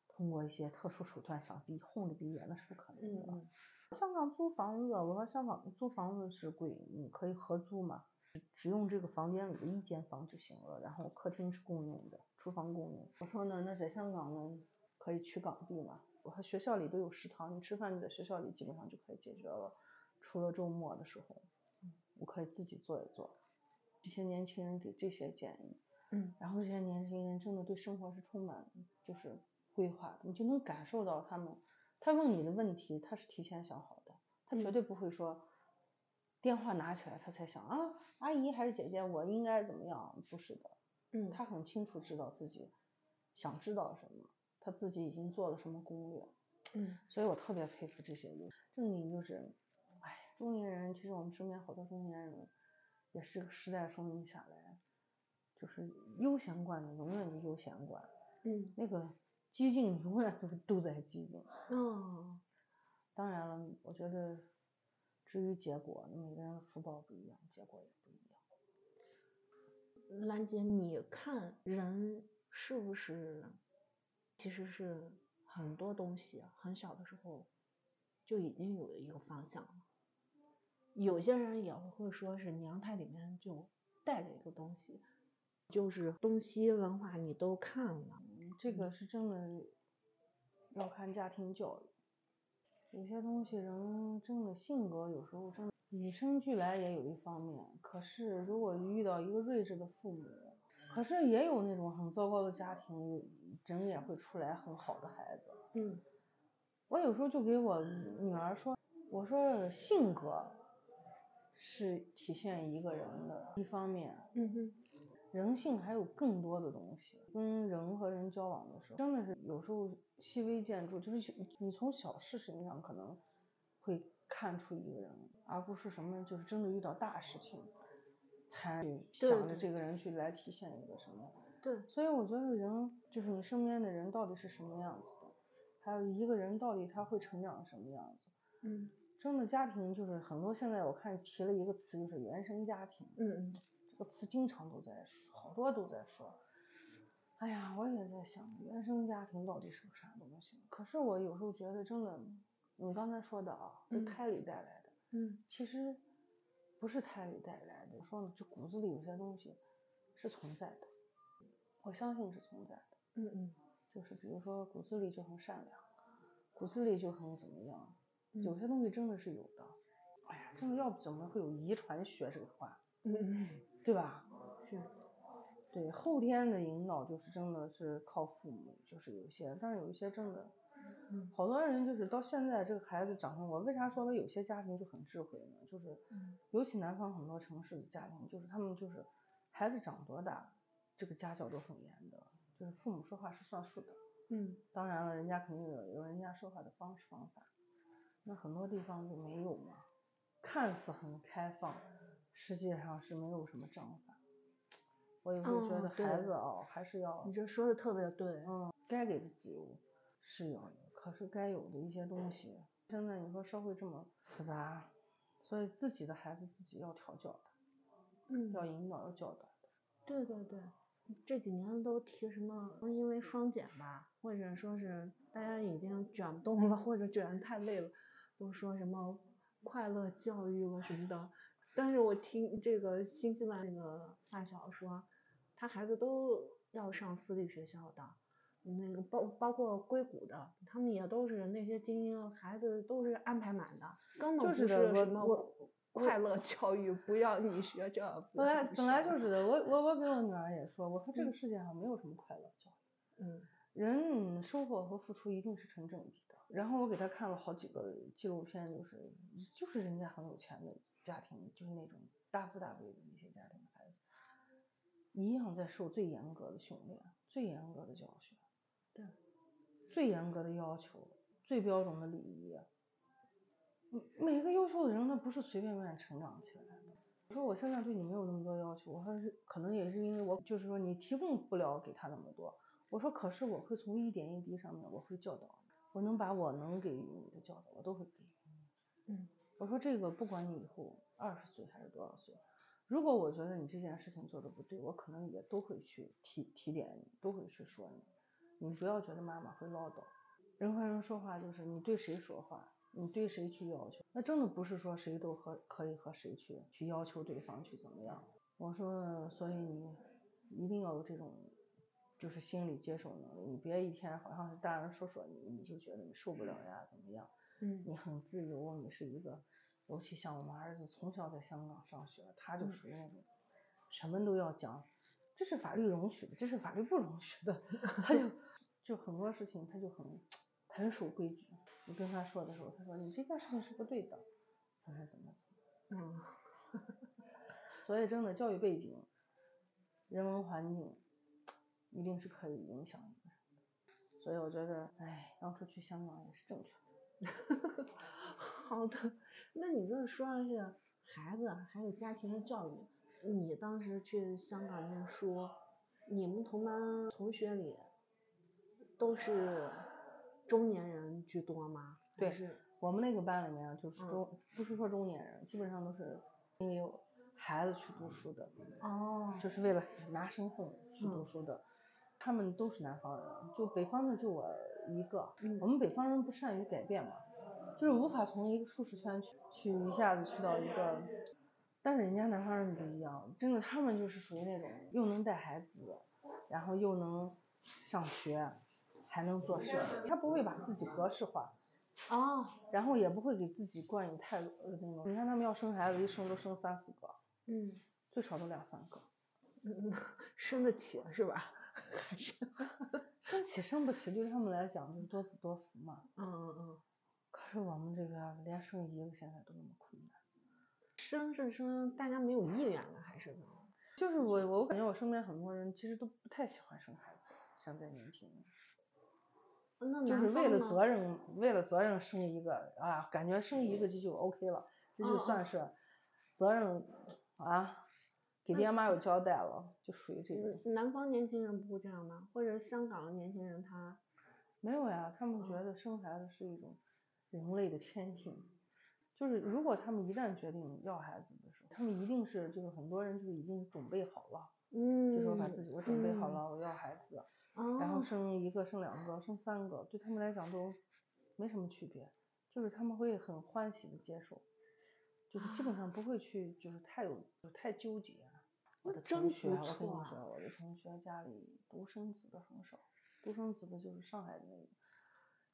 Speaker 3: 通过一些特殊手段想逼混着逼严，那是不可能的。
Speaker 2: 嗯
Speaker 3: 香港租房子，我说香港租房子是贵，你可以合租嘛，只用这个房间里的一间房就行了，然后客厅是共用的，厨房共用。我说呢，那在香港呢，可以取港币嘛，我和学校里都有食堂，你吃饭就在学校里基本上就可以解决了，除了周末的时候，嗯我可以自己做一做。这些年轻人给这些建议，
Speaker 2: 嗯
Speaker 3: 然后这些年轻人真的对生活是充满就是规划的，你就能感受到他们，他问你的问题，他是提前想好的，他绝
Speaker 2: 嗯
Speaker 3: 对不会说电话拿起来他才想啊，阿姨还是姐姐，我应该怎么样？不是的，
Speaker 2: 嗯
Speaker 3: 他很清楚知道自己想知道什么，他自己已经做了什么攻略，
Speaker 2: 嗯
Speaker 3: 所以我特别佩服这些人。这你就是，哎，中年人，其实我们身边好多中年人，也是这个时代输赢下来，就是悠闲惯的永远就悠闲惯，
Speaker 2: 嗯
Speaker 3: 那个激进永远都是都在激进。
Speaker 2: 哦
Speaker 3: 当然了，我觉得至于结果，每个人的福报不一样，结果也不一样。
Speaker 2: 兰姐，你看人是不是其实是很多东西很小的时候就已经有了一个方向了？有些人也会说是娘胎里面就带着一个东西，就是东西文化你都看了，
Speaker 3: 嗯这个是真的要看家庭教育，有些东西人真的性格有时候真的与生俱来也有一方面，可是如果遇到一个睿智的父母，可是也有那种很糟糕的家庭，人也会出来很好的孩子。
Speaker 2: 嗯
Speaker 3: 我有时候就给我女儿说，我说性格是体现一个人的一方面，
Speaker 2: 嗯哼
Speaker 3: 人性还有更多的东西。跟人和人交往的时候，真的是有时候细微见著，就是你从小事情上可能会看出一个人，而不是什么就是真的遇到大事情才去
Speaker 2: 对
Speaker 3: 想着
Speaker 2: 对
Speaker 3: 这个人去来体现一个什么。
Speaker 2: 对，
Speaker 3: 所以我觉得人就是你身边的人到底是什么样子的，还有一个人到底他会成长什么样子。
Speaker 2: 嗯
Speaker 3: 真的家庭就是很多，现在我看提了一个词，就是原生家庭。
Speaker 2: 嗯
Speaker 3: 这个词经常都在说，好多都在说。哎呀，我也在想，原生家庭到底是个啥东西？可是我有时候觉得，真的，你刚才说的啊，这
Speaker 2: 嗯
Speaker 3: 胎里带来的，
Speaker 2: 嗯
Speaker 3: 其实不是胎里带来的。说呢，这骨子里有些东西是存在的，我相信是存在的。
Speaker 2: 嗯嗯
Speaker 3: 就是比如说，骨子里就很善良，骨子里就很怎么样，
Speaker 2: 嗯，
Speaker 3: 有些东西真的是有的。哎呀，真的要不怎么会有遗传学这个话，
Speaker 2: 嗯嗯
Speaker 3: 对吧？
Speaker 2: 是
Speaker 3: 对后天的引导，就是真的是靠父母，就是有一些，但是有一些真的
Speaker 2: 嗯，
Speaker 3: 好多人就是到现在这个孩子长成我，为啥说他有些家庭就很智慧呢？就是
Speaker 2: 嗯
Speaker 3: 尤其南方很多城市的家庭，就是他们就是孩子长多大，这个家教都很严的，就是父母说话是算数的。
Speaker 2: 嗯
Speaker 3: 当然了，人家肯定有有人家说话的方式方法，那很多地方就没有嘛。看似很开放，实际上是没有什么章法。我也会觉
Speaker 2: 嗯
Speaker 3: 得
Speaker 2: 对
Speaker 3: 孩子哦，还是要
Speaker 2: 你这说的特别对，
Speaker 3: 该给自己是有的，可是该有的一些东西，现在你说社会这么复杂，所以自己的孩子自己要调教的，
Speaker 2: 嗯
Speaker 3: 要引导，要教导。
Speaker 2: 对对对，这几年都提什么，因为双减吧，或者说是大家已经卷不动了，或者卷得太累了，都说什么快乐教育了什么的。但是我听这个新西兰那个发小说，他孩子都要上私立学校的，那个包包括硅谷的，他们也都是那些精英，孩子都是安排满的，根本
Speaker 3: 就
Speaker 2: 不
Speaker 3: 是的我
Speaker 2: 什么
Speaker 3: 我
Speaker 2: 快乐教育，不要你学这，不
Speaker 3: 本
Speaker 2: 要
Speaker 3: 来
Speaker 2: 你
Speaker 3: 本
Speaker 2: 学
Speaker 3: 来
Speaker 2: 那
Speaker 3: 就是的，我嗯我我给我女儿也说，我说这个世界上没有什么快乐教育，
Speaker 2: 嗯。
Speaker 3: 人收获和付出一定是成正比的。然后我给她看了好几个纪录片，就是就是人家很有钱的家庭，就是那种大富大贵的一些家庭的孩子，一样在受最严格的训练、最严格的教学、
Speaker 2: 对，
Speaker 3: 最严格的要求、最标准的礼仪。嗯每个优秀的人，他不是随便便成长起来的。我说我现在对你没有那么多要求，我说是可能也是因为我就是说你提供不了给他那么多。我说可是我会从一点一滴上面我会教导你，我能把我能给予你的教导我都会给予你。
Speaker 2: 嗯，
Speaker 3: 我说这个不管你以后二十岁还是多少岁，如果我觉得你这件事情做的不对，我可能也都会去提提点你，都会去说你。你不要觉得妈妈会唠叨，人和人说话就是你对谁说话，你对谁去要求，那真的不是说谁都和可以和谁去去要求对方去怎么样。我说，所以你一定要有这种就是心理接受能力，你别一天好像是大人说说你，你就觉得你受不了呀，怎么样？
Speaker 2: 嗯
Speaker 3: 你很自由，你是一个，尤其像我们儿子从小在香港上学，他就
Speaker 2: 嗯
Speaker 3: 属于那种什么都要讲，这是法律容许的，这是法律不容许的， [LAUGHS] 他就就很多事情他就很很守规矩。你跟他说的时候，他说你这件事情是不对的，怎么怎么怎么。
Speaker 2: 嗯
Speaker 3: 所以真的教育背景、人文环境，一定是可以影响一个人的。所以我觉得，哎，当初去香港也是正确的。
Speaker 2: [LAUGHS] 好的，那你就是说的是孩子啊还有家庭的教育。你当时去香港念书，你们同班同学里都是中年人居多吗？还
Speaker 3: 对
Speaker 2: 是
Speaker 3: 我们那个班里面就是
Speaker 2: 嗯
Speaker 3: 中，不是说中年人，基本上都是因为孩子去读书的，
Speaker 2: 哦，
Speaker 3: 就是为了拿身份去读
Speaker 2: 嗯
Speaker 3: 书的。他们都是南方人，就北方的就我一个。
Speaker 2: 嗯
Speaker 3: 我们北方人不善于改变嘛，就是无法从一个舒适圈去去一下子去到一个。但是人家南方人不一样，真的，他们就是属于那种又能带孩子，然后又能上学，还能做事，他不会把自己格式化。
Speaker 2: 哦，
Speaker 3: 然后也不会给自己冠以太多的那种。你看他们要生孩子，一生都生三四个，
Speaker 2: 嗯
Speaker 3: 最少都两三个，
Speaker 2: 嗯，生得起是吧？还是
Speaker 3: 生起生不起对他们来讲就是多子多福嘛。
Speaker 2: 嗯嗯嗯，
Speaker 3: 可是我们这边连生一个现在都那么困难。
Speaker 2: 生是生，大家没有意愿了还是怎么？
Speaker 3: 就是我，我感觉我身边很多人其实都不太喜欢生孩子，现在年轻人
Speaker 2: 那
Speaker 3: 就
Speaker 2: 男
Speaker 3: 是为
Speaker 2: 方
Speaker 3: 了
Speaker 2: 呢
Speaker 3: 责任，为了责任生一个啊，感觉生一个这就 OK 了，这
Speaker 2: 嗯
Speaker 3: 就
Speaker 2: 嗯
Speaker 3: 算是责任啊，给爹妈有交代了，就属于这种。
Speaker 2: 嗯南方年轻人不会这样吗？或者香港的年轻人他
Speaker 3: 没有呀，他们觉得生孩子是一种人类的天性，就是如果他们一旦决定要孩子的时候，他们一定是就是很多人就是已经准备好了，
Speaker 2: 嗯，
Speaker 3: 就说把自己我准备好
Speaker 2: 嗯，
Speaker 3: 了，我要孩子，
Speaker 2: 哦、
Speaker 3: 然后生一个、生两个、生三个，对他们来讲都没什么区别，就是他们会很欢喜的接受，就是基本上不会去就是太有就太纠结。啊我
Speaker 2: 那
Speaker 3: 的
Speaker 2: 真
Speaker 3: 同学，
Speaker 2: 不
Speaker 3: 我跟
Speaker 2: 错
Speaker 3: 你
Speaker 2: 啊
Speaker 3: 说，我的同学家里独生子的很少，独生子的就是上海的那个，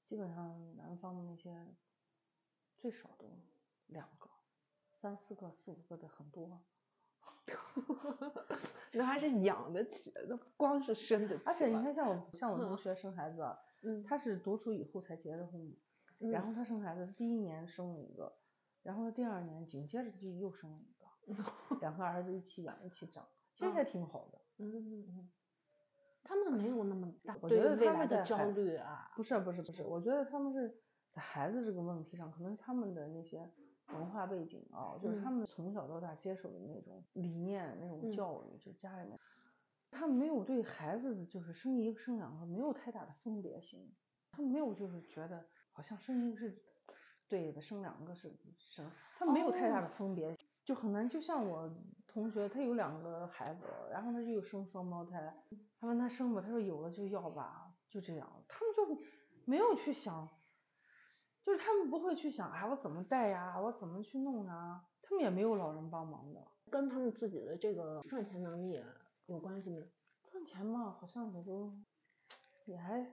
Speaker 3: 基本上南方的那些最少都两个、三四个、四五个的很多。
Speaker 2: 这还是养得起，那不光是生得起了，
Speaker 3: 而且你看，像我像我
Speaker 2: 嗯
Speaker 3: 同学生孩子啊，
Speaker 2: 嗯，
Speaker 3: 他是独处以后才结的婚，
Speaker 2: 嗯，
Speaker 3: 然后他生孩子第一年生了一个，然后他第二年紧接着他就又生了一个，
Speaker 2: [LAUGHS]
Speaker 3: 两个儿子一起养一起长，其实还挺好的。
Speaker 2: 嗯嗯嗯，他们没有那么大
Speaker 3: 我
Speaker 2: 对
Speaker 3: 觉得
Speaker 2: 未
Speaker 3: 他
Speaker 2: 来
Speaker 3: 们
Speaker 2: 的
Speaker 3: 在
Speaker 2: 焦
Speaker 3: 孩
Speaker 2: 虑啊，
Speaker 3: 不是不是不是，我觉得他们是在孩子这个问题上，可能他们的那些文化背景啊，就是他
Speaker 2: 嗯
Speaker 3: 们从小到大接受的那种理念、那种
Speaker 2: 嗯
Speaker 3: 教育，就家里面他没有对孩子就是生一个生两个没有太大的分别心，他没有就是觉得好像生一个是对的，生两个是什么，他没有太大的分别，就很难。就像我同学，他有两个孩子，然后他就生双胞胎，他问他生吧，他说有了就要吧，就这样，他们就没有去想，就是他们不会去想啊，我怎么带呀、我怎么去弄啊，他们也没有老人帮忙的。
Speaker 2: 跟他们自己的这个赚钱能力啊有关系吗？
Speaker 3: 赚钱嘛，好像也就也还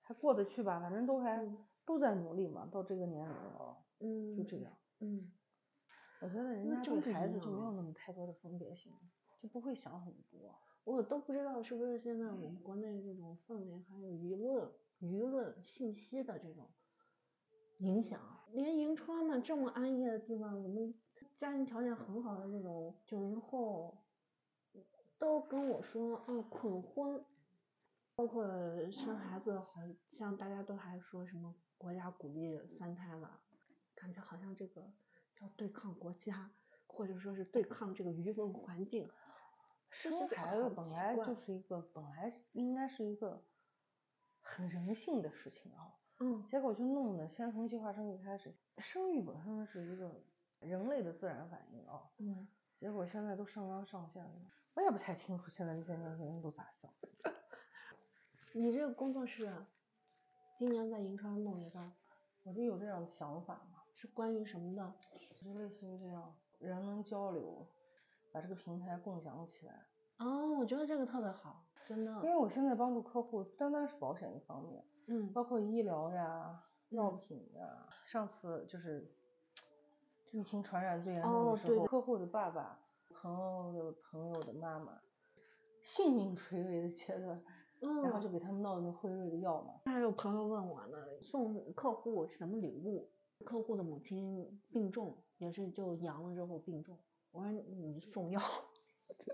Speaker 3: 还过得去吧，反正都还、都在努力嘛，到这个年龄了，
Speaker 2: 嗯
Speaker 3: 就这样。
Speaker 2: 嗯，
Speaker 3: 我觉得人
Speaker 2: 那
Speaker 3: 家
Speaker 2: 真
Speaker 3: 对
Speaker 2: 不一
Speaker 3: 孩子就没
Speaker 2: 样啊
Speaker 3: 有那么太多的分别心，就不会想很多。
Speaker 2: 我都不知道是不是现在我们国内这种氛围还有舆论、舆论信息的这种影响，啊连银川呢这么安逸的地方，我们家庭条件很好的这种九零后，都跟我说啊捆婚，包括生孩子，好像大家都还说什么国家鼓励三胎了，感觉好像这个要对抗国家，或者说是对抗这个舆论环境。这
Speaker 3: 生
Speaker 2: 是
Speaker 3: 孩子
Speaker 2: 好
Speaker 3: 本
Speaker 2: 奇
Speaker 3: 来
Speaker 2: 怪
Speaker 3: 就是一个本来是应该是一个很人性的事情啊，
Speaker 2: 嗯
Speaker 3: 结果就弄得先从计划生育开始，生育本身是一个人类的自然反应啊，
Speaker 2: 嗯，
Speaker 3: 结果现在都上纲上线了，我也不太清楚现在这些年轻人都咋想。
Speaker 2: 你这个工作室今年在银川弄一个，
Speaker 3: 我就有这种想法嘛，
Speaker 2: 是关于什么的？
Speaker 3: 就类似于这样，人能交流，把这个平台共享起来。
Speaker 2: 哦，我觉得这个特别好，真
Speaker 3: 因
Speaker 2: 的。
Speaker 3: 为我现在帮助客户，不单单是保险一方面，
Speaker 2: 嗯
Speaker 3: 包括医疗呀、药
Speaker 2: 嗯
Speaker 3: 品呀。上次就是疫情传染最严重
Speaker 2: 哦
Speaker 3: 的时
Speaker 2: 对
Speaker 3: 候，客户的爸爸、朋友的朋友的妈妈，性命垂危的阶段，
Speaker 2: 嗯，
Speaker 3: 然后就给他们闹的那个辉瑞的药嘛，
Speaker 2: 还有朋友问我呢，送客户什么礼物？客户的母亲病重，也是就阳了之后病重。我说你送药， [LAUGHS]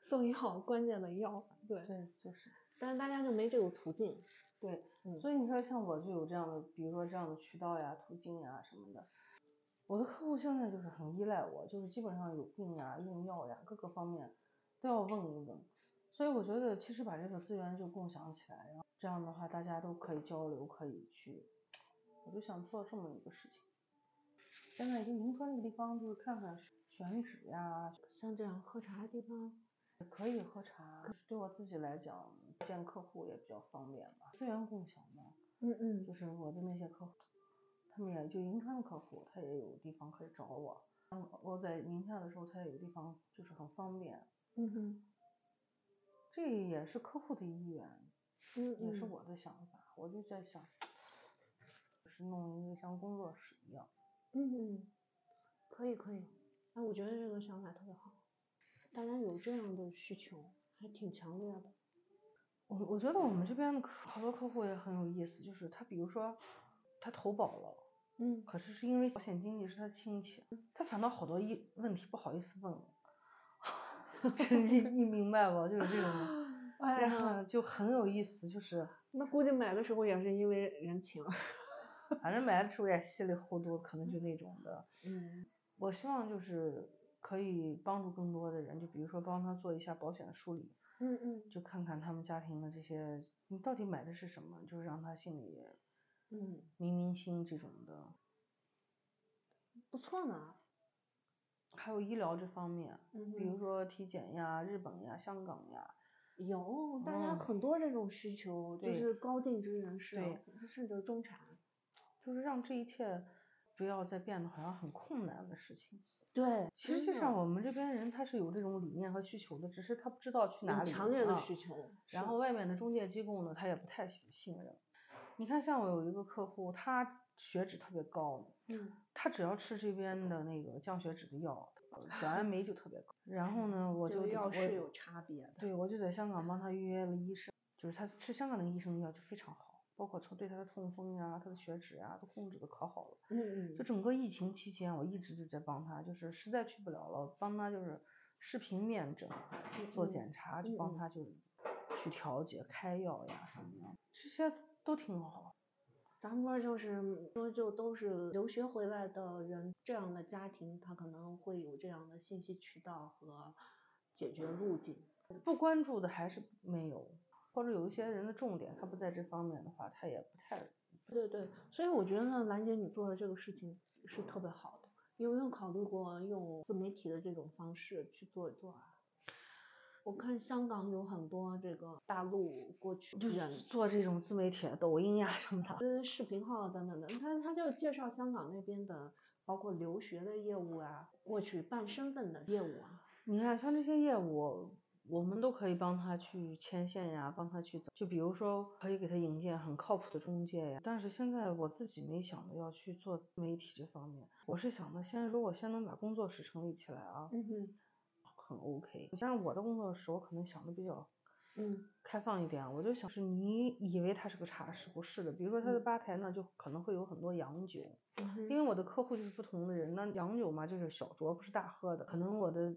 Speaker 2: 送药，关键的药。对，
Speaker 3: 对，就是。
Speaker 2: 但是大家就没这个途径。
Speaker 3: 对，
Speaker 2: 嗯
Speaker 3: 所以你说像我就有这样的，比如说这样的渠道呀、途径呀什么的。我的客户现在就是很依赖我，就是基本上有病呀、用药呀各个方面都要问一问。所以我觉得其实把这个资源就共享起来，然后这样的话大家都可以交流，可以去，我就想做这么一个事情。现在就银川这个地方，就是看看选址呀，
Speaker 2: 像这样喝茶的地方，
Speaker 3: 可以喝茶，对我自己来讲，见客户也比较方便嘛，资源共享嘛。
Speaker 2: 嗯嗯，
Speaker 3: 就是我的那些客户，他们也就银川的客户，他也有地方可以找我。像我在宁夏的时候，他也有地方，就是很方便。
Speaker 2: 嗯哼，
Speaker 3: 这也是客户的意愿，
Speaker 2: 嗯
Speaker 3: 也是
Speaker 2: 嗯
Speaker 3: 我的想法。我就在想，就是弄一个像工作室一样。
Speaker 2: 嗯，嗯，可以可以，哎、我觉得这个想法特别好，大家有这样的需求，还挺强烈的。
Speaker 3: 我我觉得我们这边的客好多客户也很有意思，就是他比如说他投保了，
Speaker 2: 嗯
Speaker 3: 可是是因为保险经理是他亲戚，他反倒好多一问题不好意思问我。 [LAUGHS] 就是你你明白吧？就是这种。哎
Speaker 2: 然
Speaker 3: 呀，就很有意思，就是
Speaker 2: 那估计买的时候也是因为
Speaker 3: [LAUGHS]
Speaker 2: 人情。
Speaker 3: 反正买的时候也稀里糊涂，可能就那种的。
Speaker 2: 嗯
Speaker 3: 我希望就是可以帮助更多的人，就比如说帮他做一下保险的梳理，
Speaker 2: 嗯嗯
Speaker 3: 就看看他们家庭的这些，你到底买的是什么，就是让他心里
Speaker 2: 嗯，
Speaker 3: 明明心这种的。
Speaker 2: 不错呢。
Speaker 3: 还有医疗这方面，
Speaker 2: 嗯
Speaker 3: 比如
Speaker 2: 哼
Speaker 3: 说体检呀、日本呀、香港呀，
Speaker 2: 有大家
Speaker 3: 嗯
Speaker 2: 很多这种需求，就
Speaker 3: 对
Speaker 2: 是高净值人士啊，
Speaker 3: 对
Speaker 2: 或者甚至中产。
Speaker 3: 就是让这一切不要再变得好像很困难的事情。
Speaker 2: 对，
Speaker 3: 其实
Speaker 2: 真
Speaker 3: 就
Speaker 2: 的
Speaker 3: 像我们这边人，他是有这种理念和需求的，只是他不知道去
Speaker 2: 有
Speaker 3: 哪里。
Speaker 2: 强烈的
Speaker 3: 啊
Speaker 2: 需求。
Speaker 3: 然
Speaker 2: 是
Speaker 3: 后外面的中介机构呢，他也不太信信任。你看，像我有一个客户，他血脂特别高，
Speaker 2: 嗯
Speaker 3: 他只要吃这边的那个降血脂的药，转氨酶就特别高。然后呢，我
Speaker 2: 这
Speaker 3: 就
Speaker 2: 个
Speaker 3: 给
Speaker 2: 药
Speaker 3: 我
Speaker 2: 是有差别的。
Speaker 3: 对我就在香港帮他预约了医生，就是他吃香港的医生的药就非常好，包括从对他的痛风呀、他的血脂呀都控制的可好了。
Speaker 2: 嗯
Speaker 3: 就整个疫情期间，我一直就在帮他，就是实在去不了了，帮他就是视频面诊，做
Speaker 2: 嗯
Speaker 3: 检查，就
Speaker 2: 嗯嗯
Speaker 3: 帮他就去调节、开药呀什么样，这些都挺好。
Speaker 2: 咱们班就是说，就都是留学回来的人，这样的家庭，他可能会有这样的信息渠道和解决路径。
Speaker 3: 不关注的还是没有，或者有一些人的重点他不在这方面的话，他也不太
Speaker 2: 对对，所以我觉得呢，兰姐你做的这个事情是特别好的，有没有考虑过用自媒体的这种方式去做一做啊？我看香港有很多这个大陆过去
Speaker 3: 就是
Speaker 2: 人，
Speaker 3: 做这种自媒体的抖音呀什么的。
Speaker 2: 呃，视频号等等的，你看他就介绍香港那边的，包括留学的业务啊，过去办身份的业务啊，
Speaker 3: 你看，像这些业务，我们都可以帮他去牵线呀，帮他去走。就比如说，可以给他引荐很靠谱的中介呀。但是现在我自己没想着要去做自媒体这方面，我是想着先如果先能把工作室成立起来啊，
Speaker 2: 嗯哼，
Speaker 3: 很 OK。但是我的工作室，我可能想的比较
Speaker 2: 嗯
Speaker 3: 开放一点，我就想是你以为它是个茶室，不是的。比如说它的吧台呢，就可能会有很多洋酒，
Speaker 2: 嗯哼
Speaker 3: 因为我的客户就是不同的人，那洋酒嘛就是小酌，不是大喝的。可能我的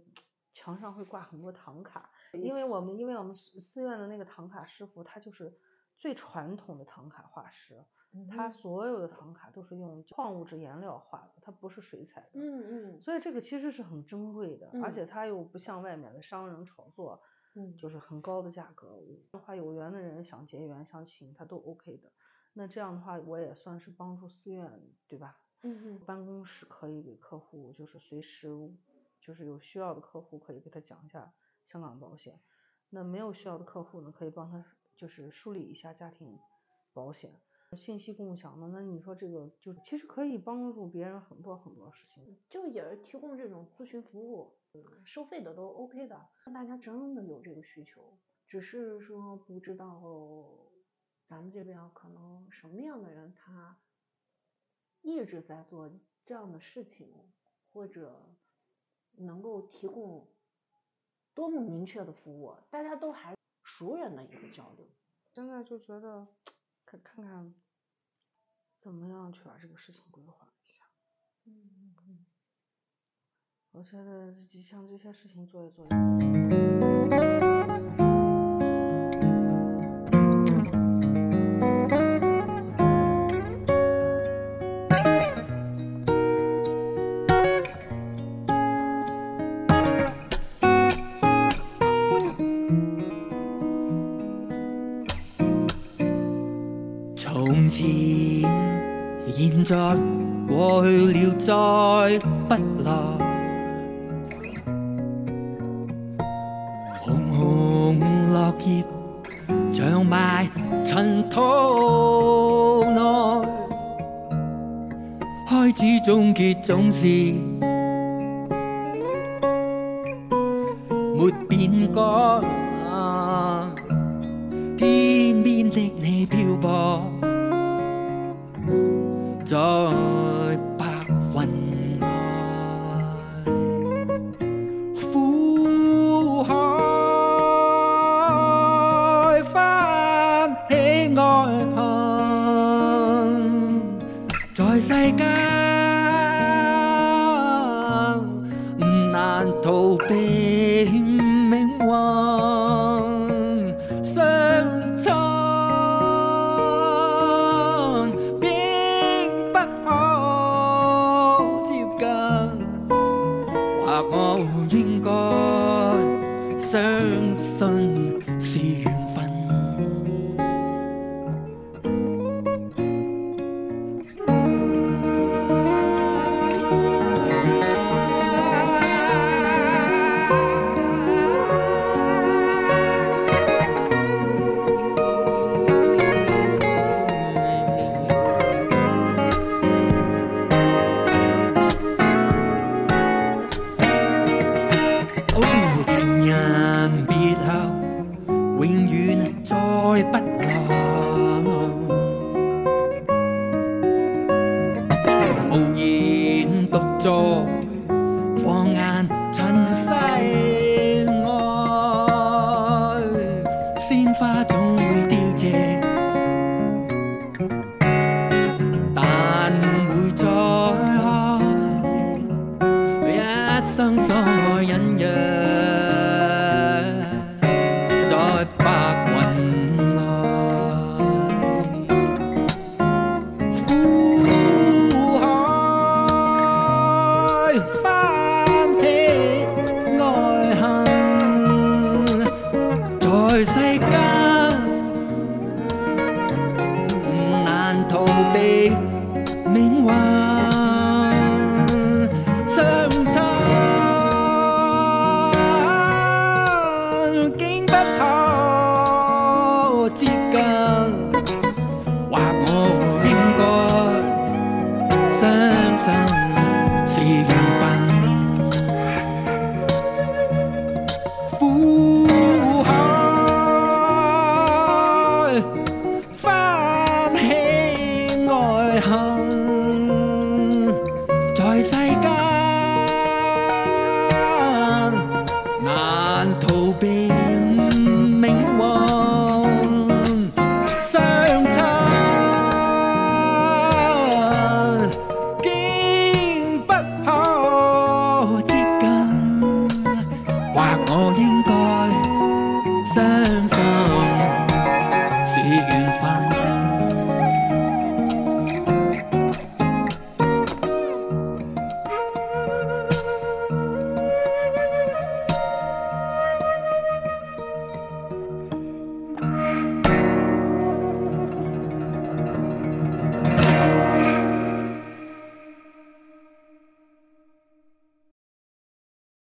Speaker 3: 墙上会挂很多唐卡，因为我们因为我们寺寺院的那个唐卡师傅，他就是最传统的唐卡画师，
Speaker 2: 嗯
Speaker 3: 他
Speaker 2: 哼
Speaker 3: 所有的唐卡都是用矿物质颜料画的，它不是水彩的。
Speaker 2: 嗯嗯
Speaker 3: 所以这个其实是很珍贵的，而
Speaker 2: 嗯
Speaker 3: 且它又不像外面的商人炒作，
Speaker 2: 嗯
Speaker 3: 就是很高的价格。的话，有缘的人想结缘、想请他都 OK 的。那这样的话，我也算是帮助寺院，对吧？
Speaker 2: 嗯嗯
Speaker 3: 办公室可以给客户就是随时，就是有需要的客户可以给他讲一下香港保险，那没有需要的客户呢，可以帮他就是梳理一下家庭保险。信息共享呢，那你说这个就其实可以帮助别人很多很多事情。
Speaker 2: 就也是提供这种咨询服务，嗯收费的都 OK 的，大家真的有这个需求，只是说不知道咱们这边儿可能什么样的人他一直在做这样的事情，或者能够提供多么明确的服务，大家都还熟人的一个交流。
Speaker 3: 真的就觉得，看看看，怎么样去把这个事情规划一下。
Speaker 2: 嗯嗯
Speaker 3: 我觉得这像这些事情做一做。
Speaker 4: 从前、現在、過去了，再不來。紅紅落葉長埋塵土內，開始終結總是沒變改。天邊的你漂泊在白雲外，苦海翻起愛恨，在世間難逃避命運相親，並不可接近。或我應該相信是緣分。哦，情人別後，永遠再不來。無言獨坐，放眼塵世外，鮮花總會凋謝。但會再開。一生所愛隱約，在白雲內，苦海心，是緣分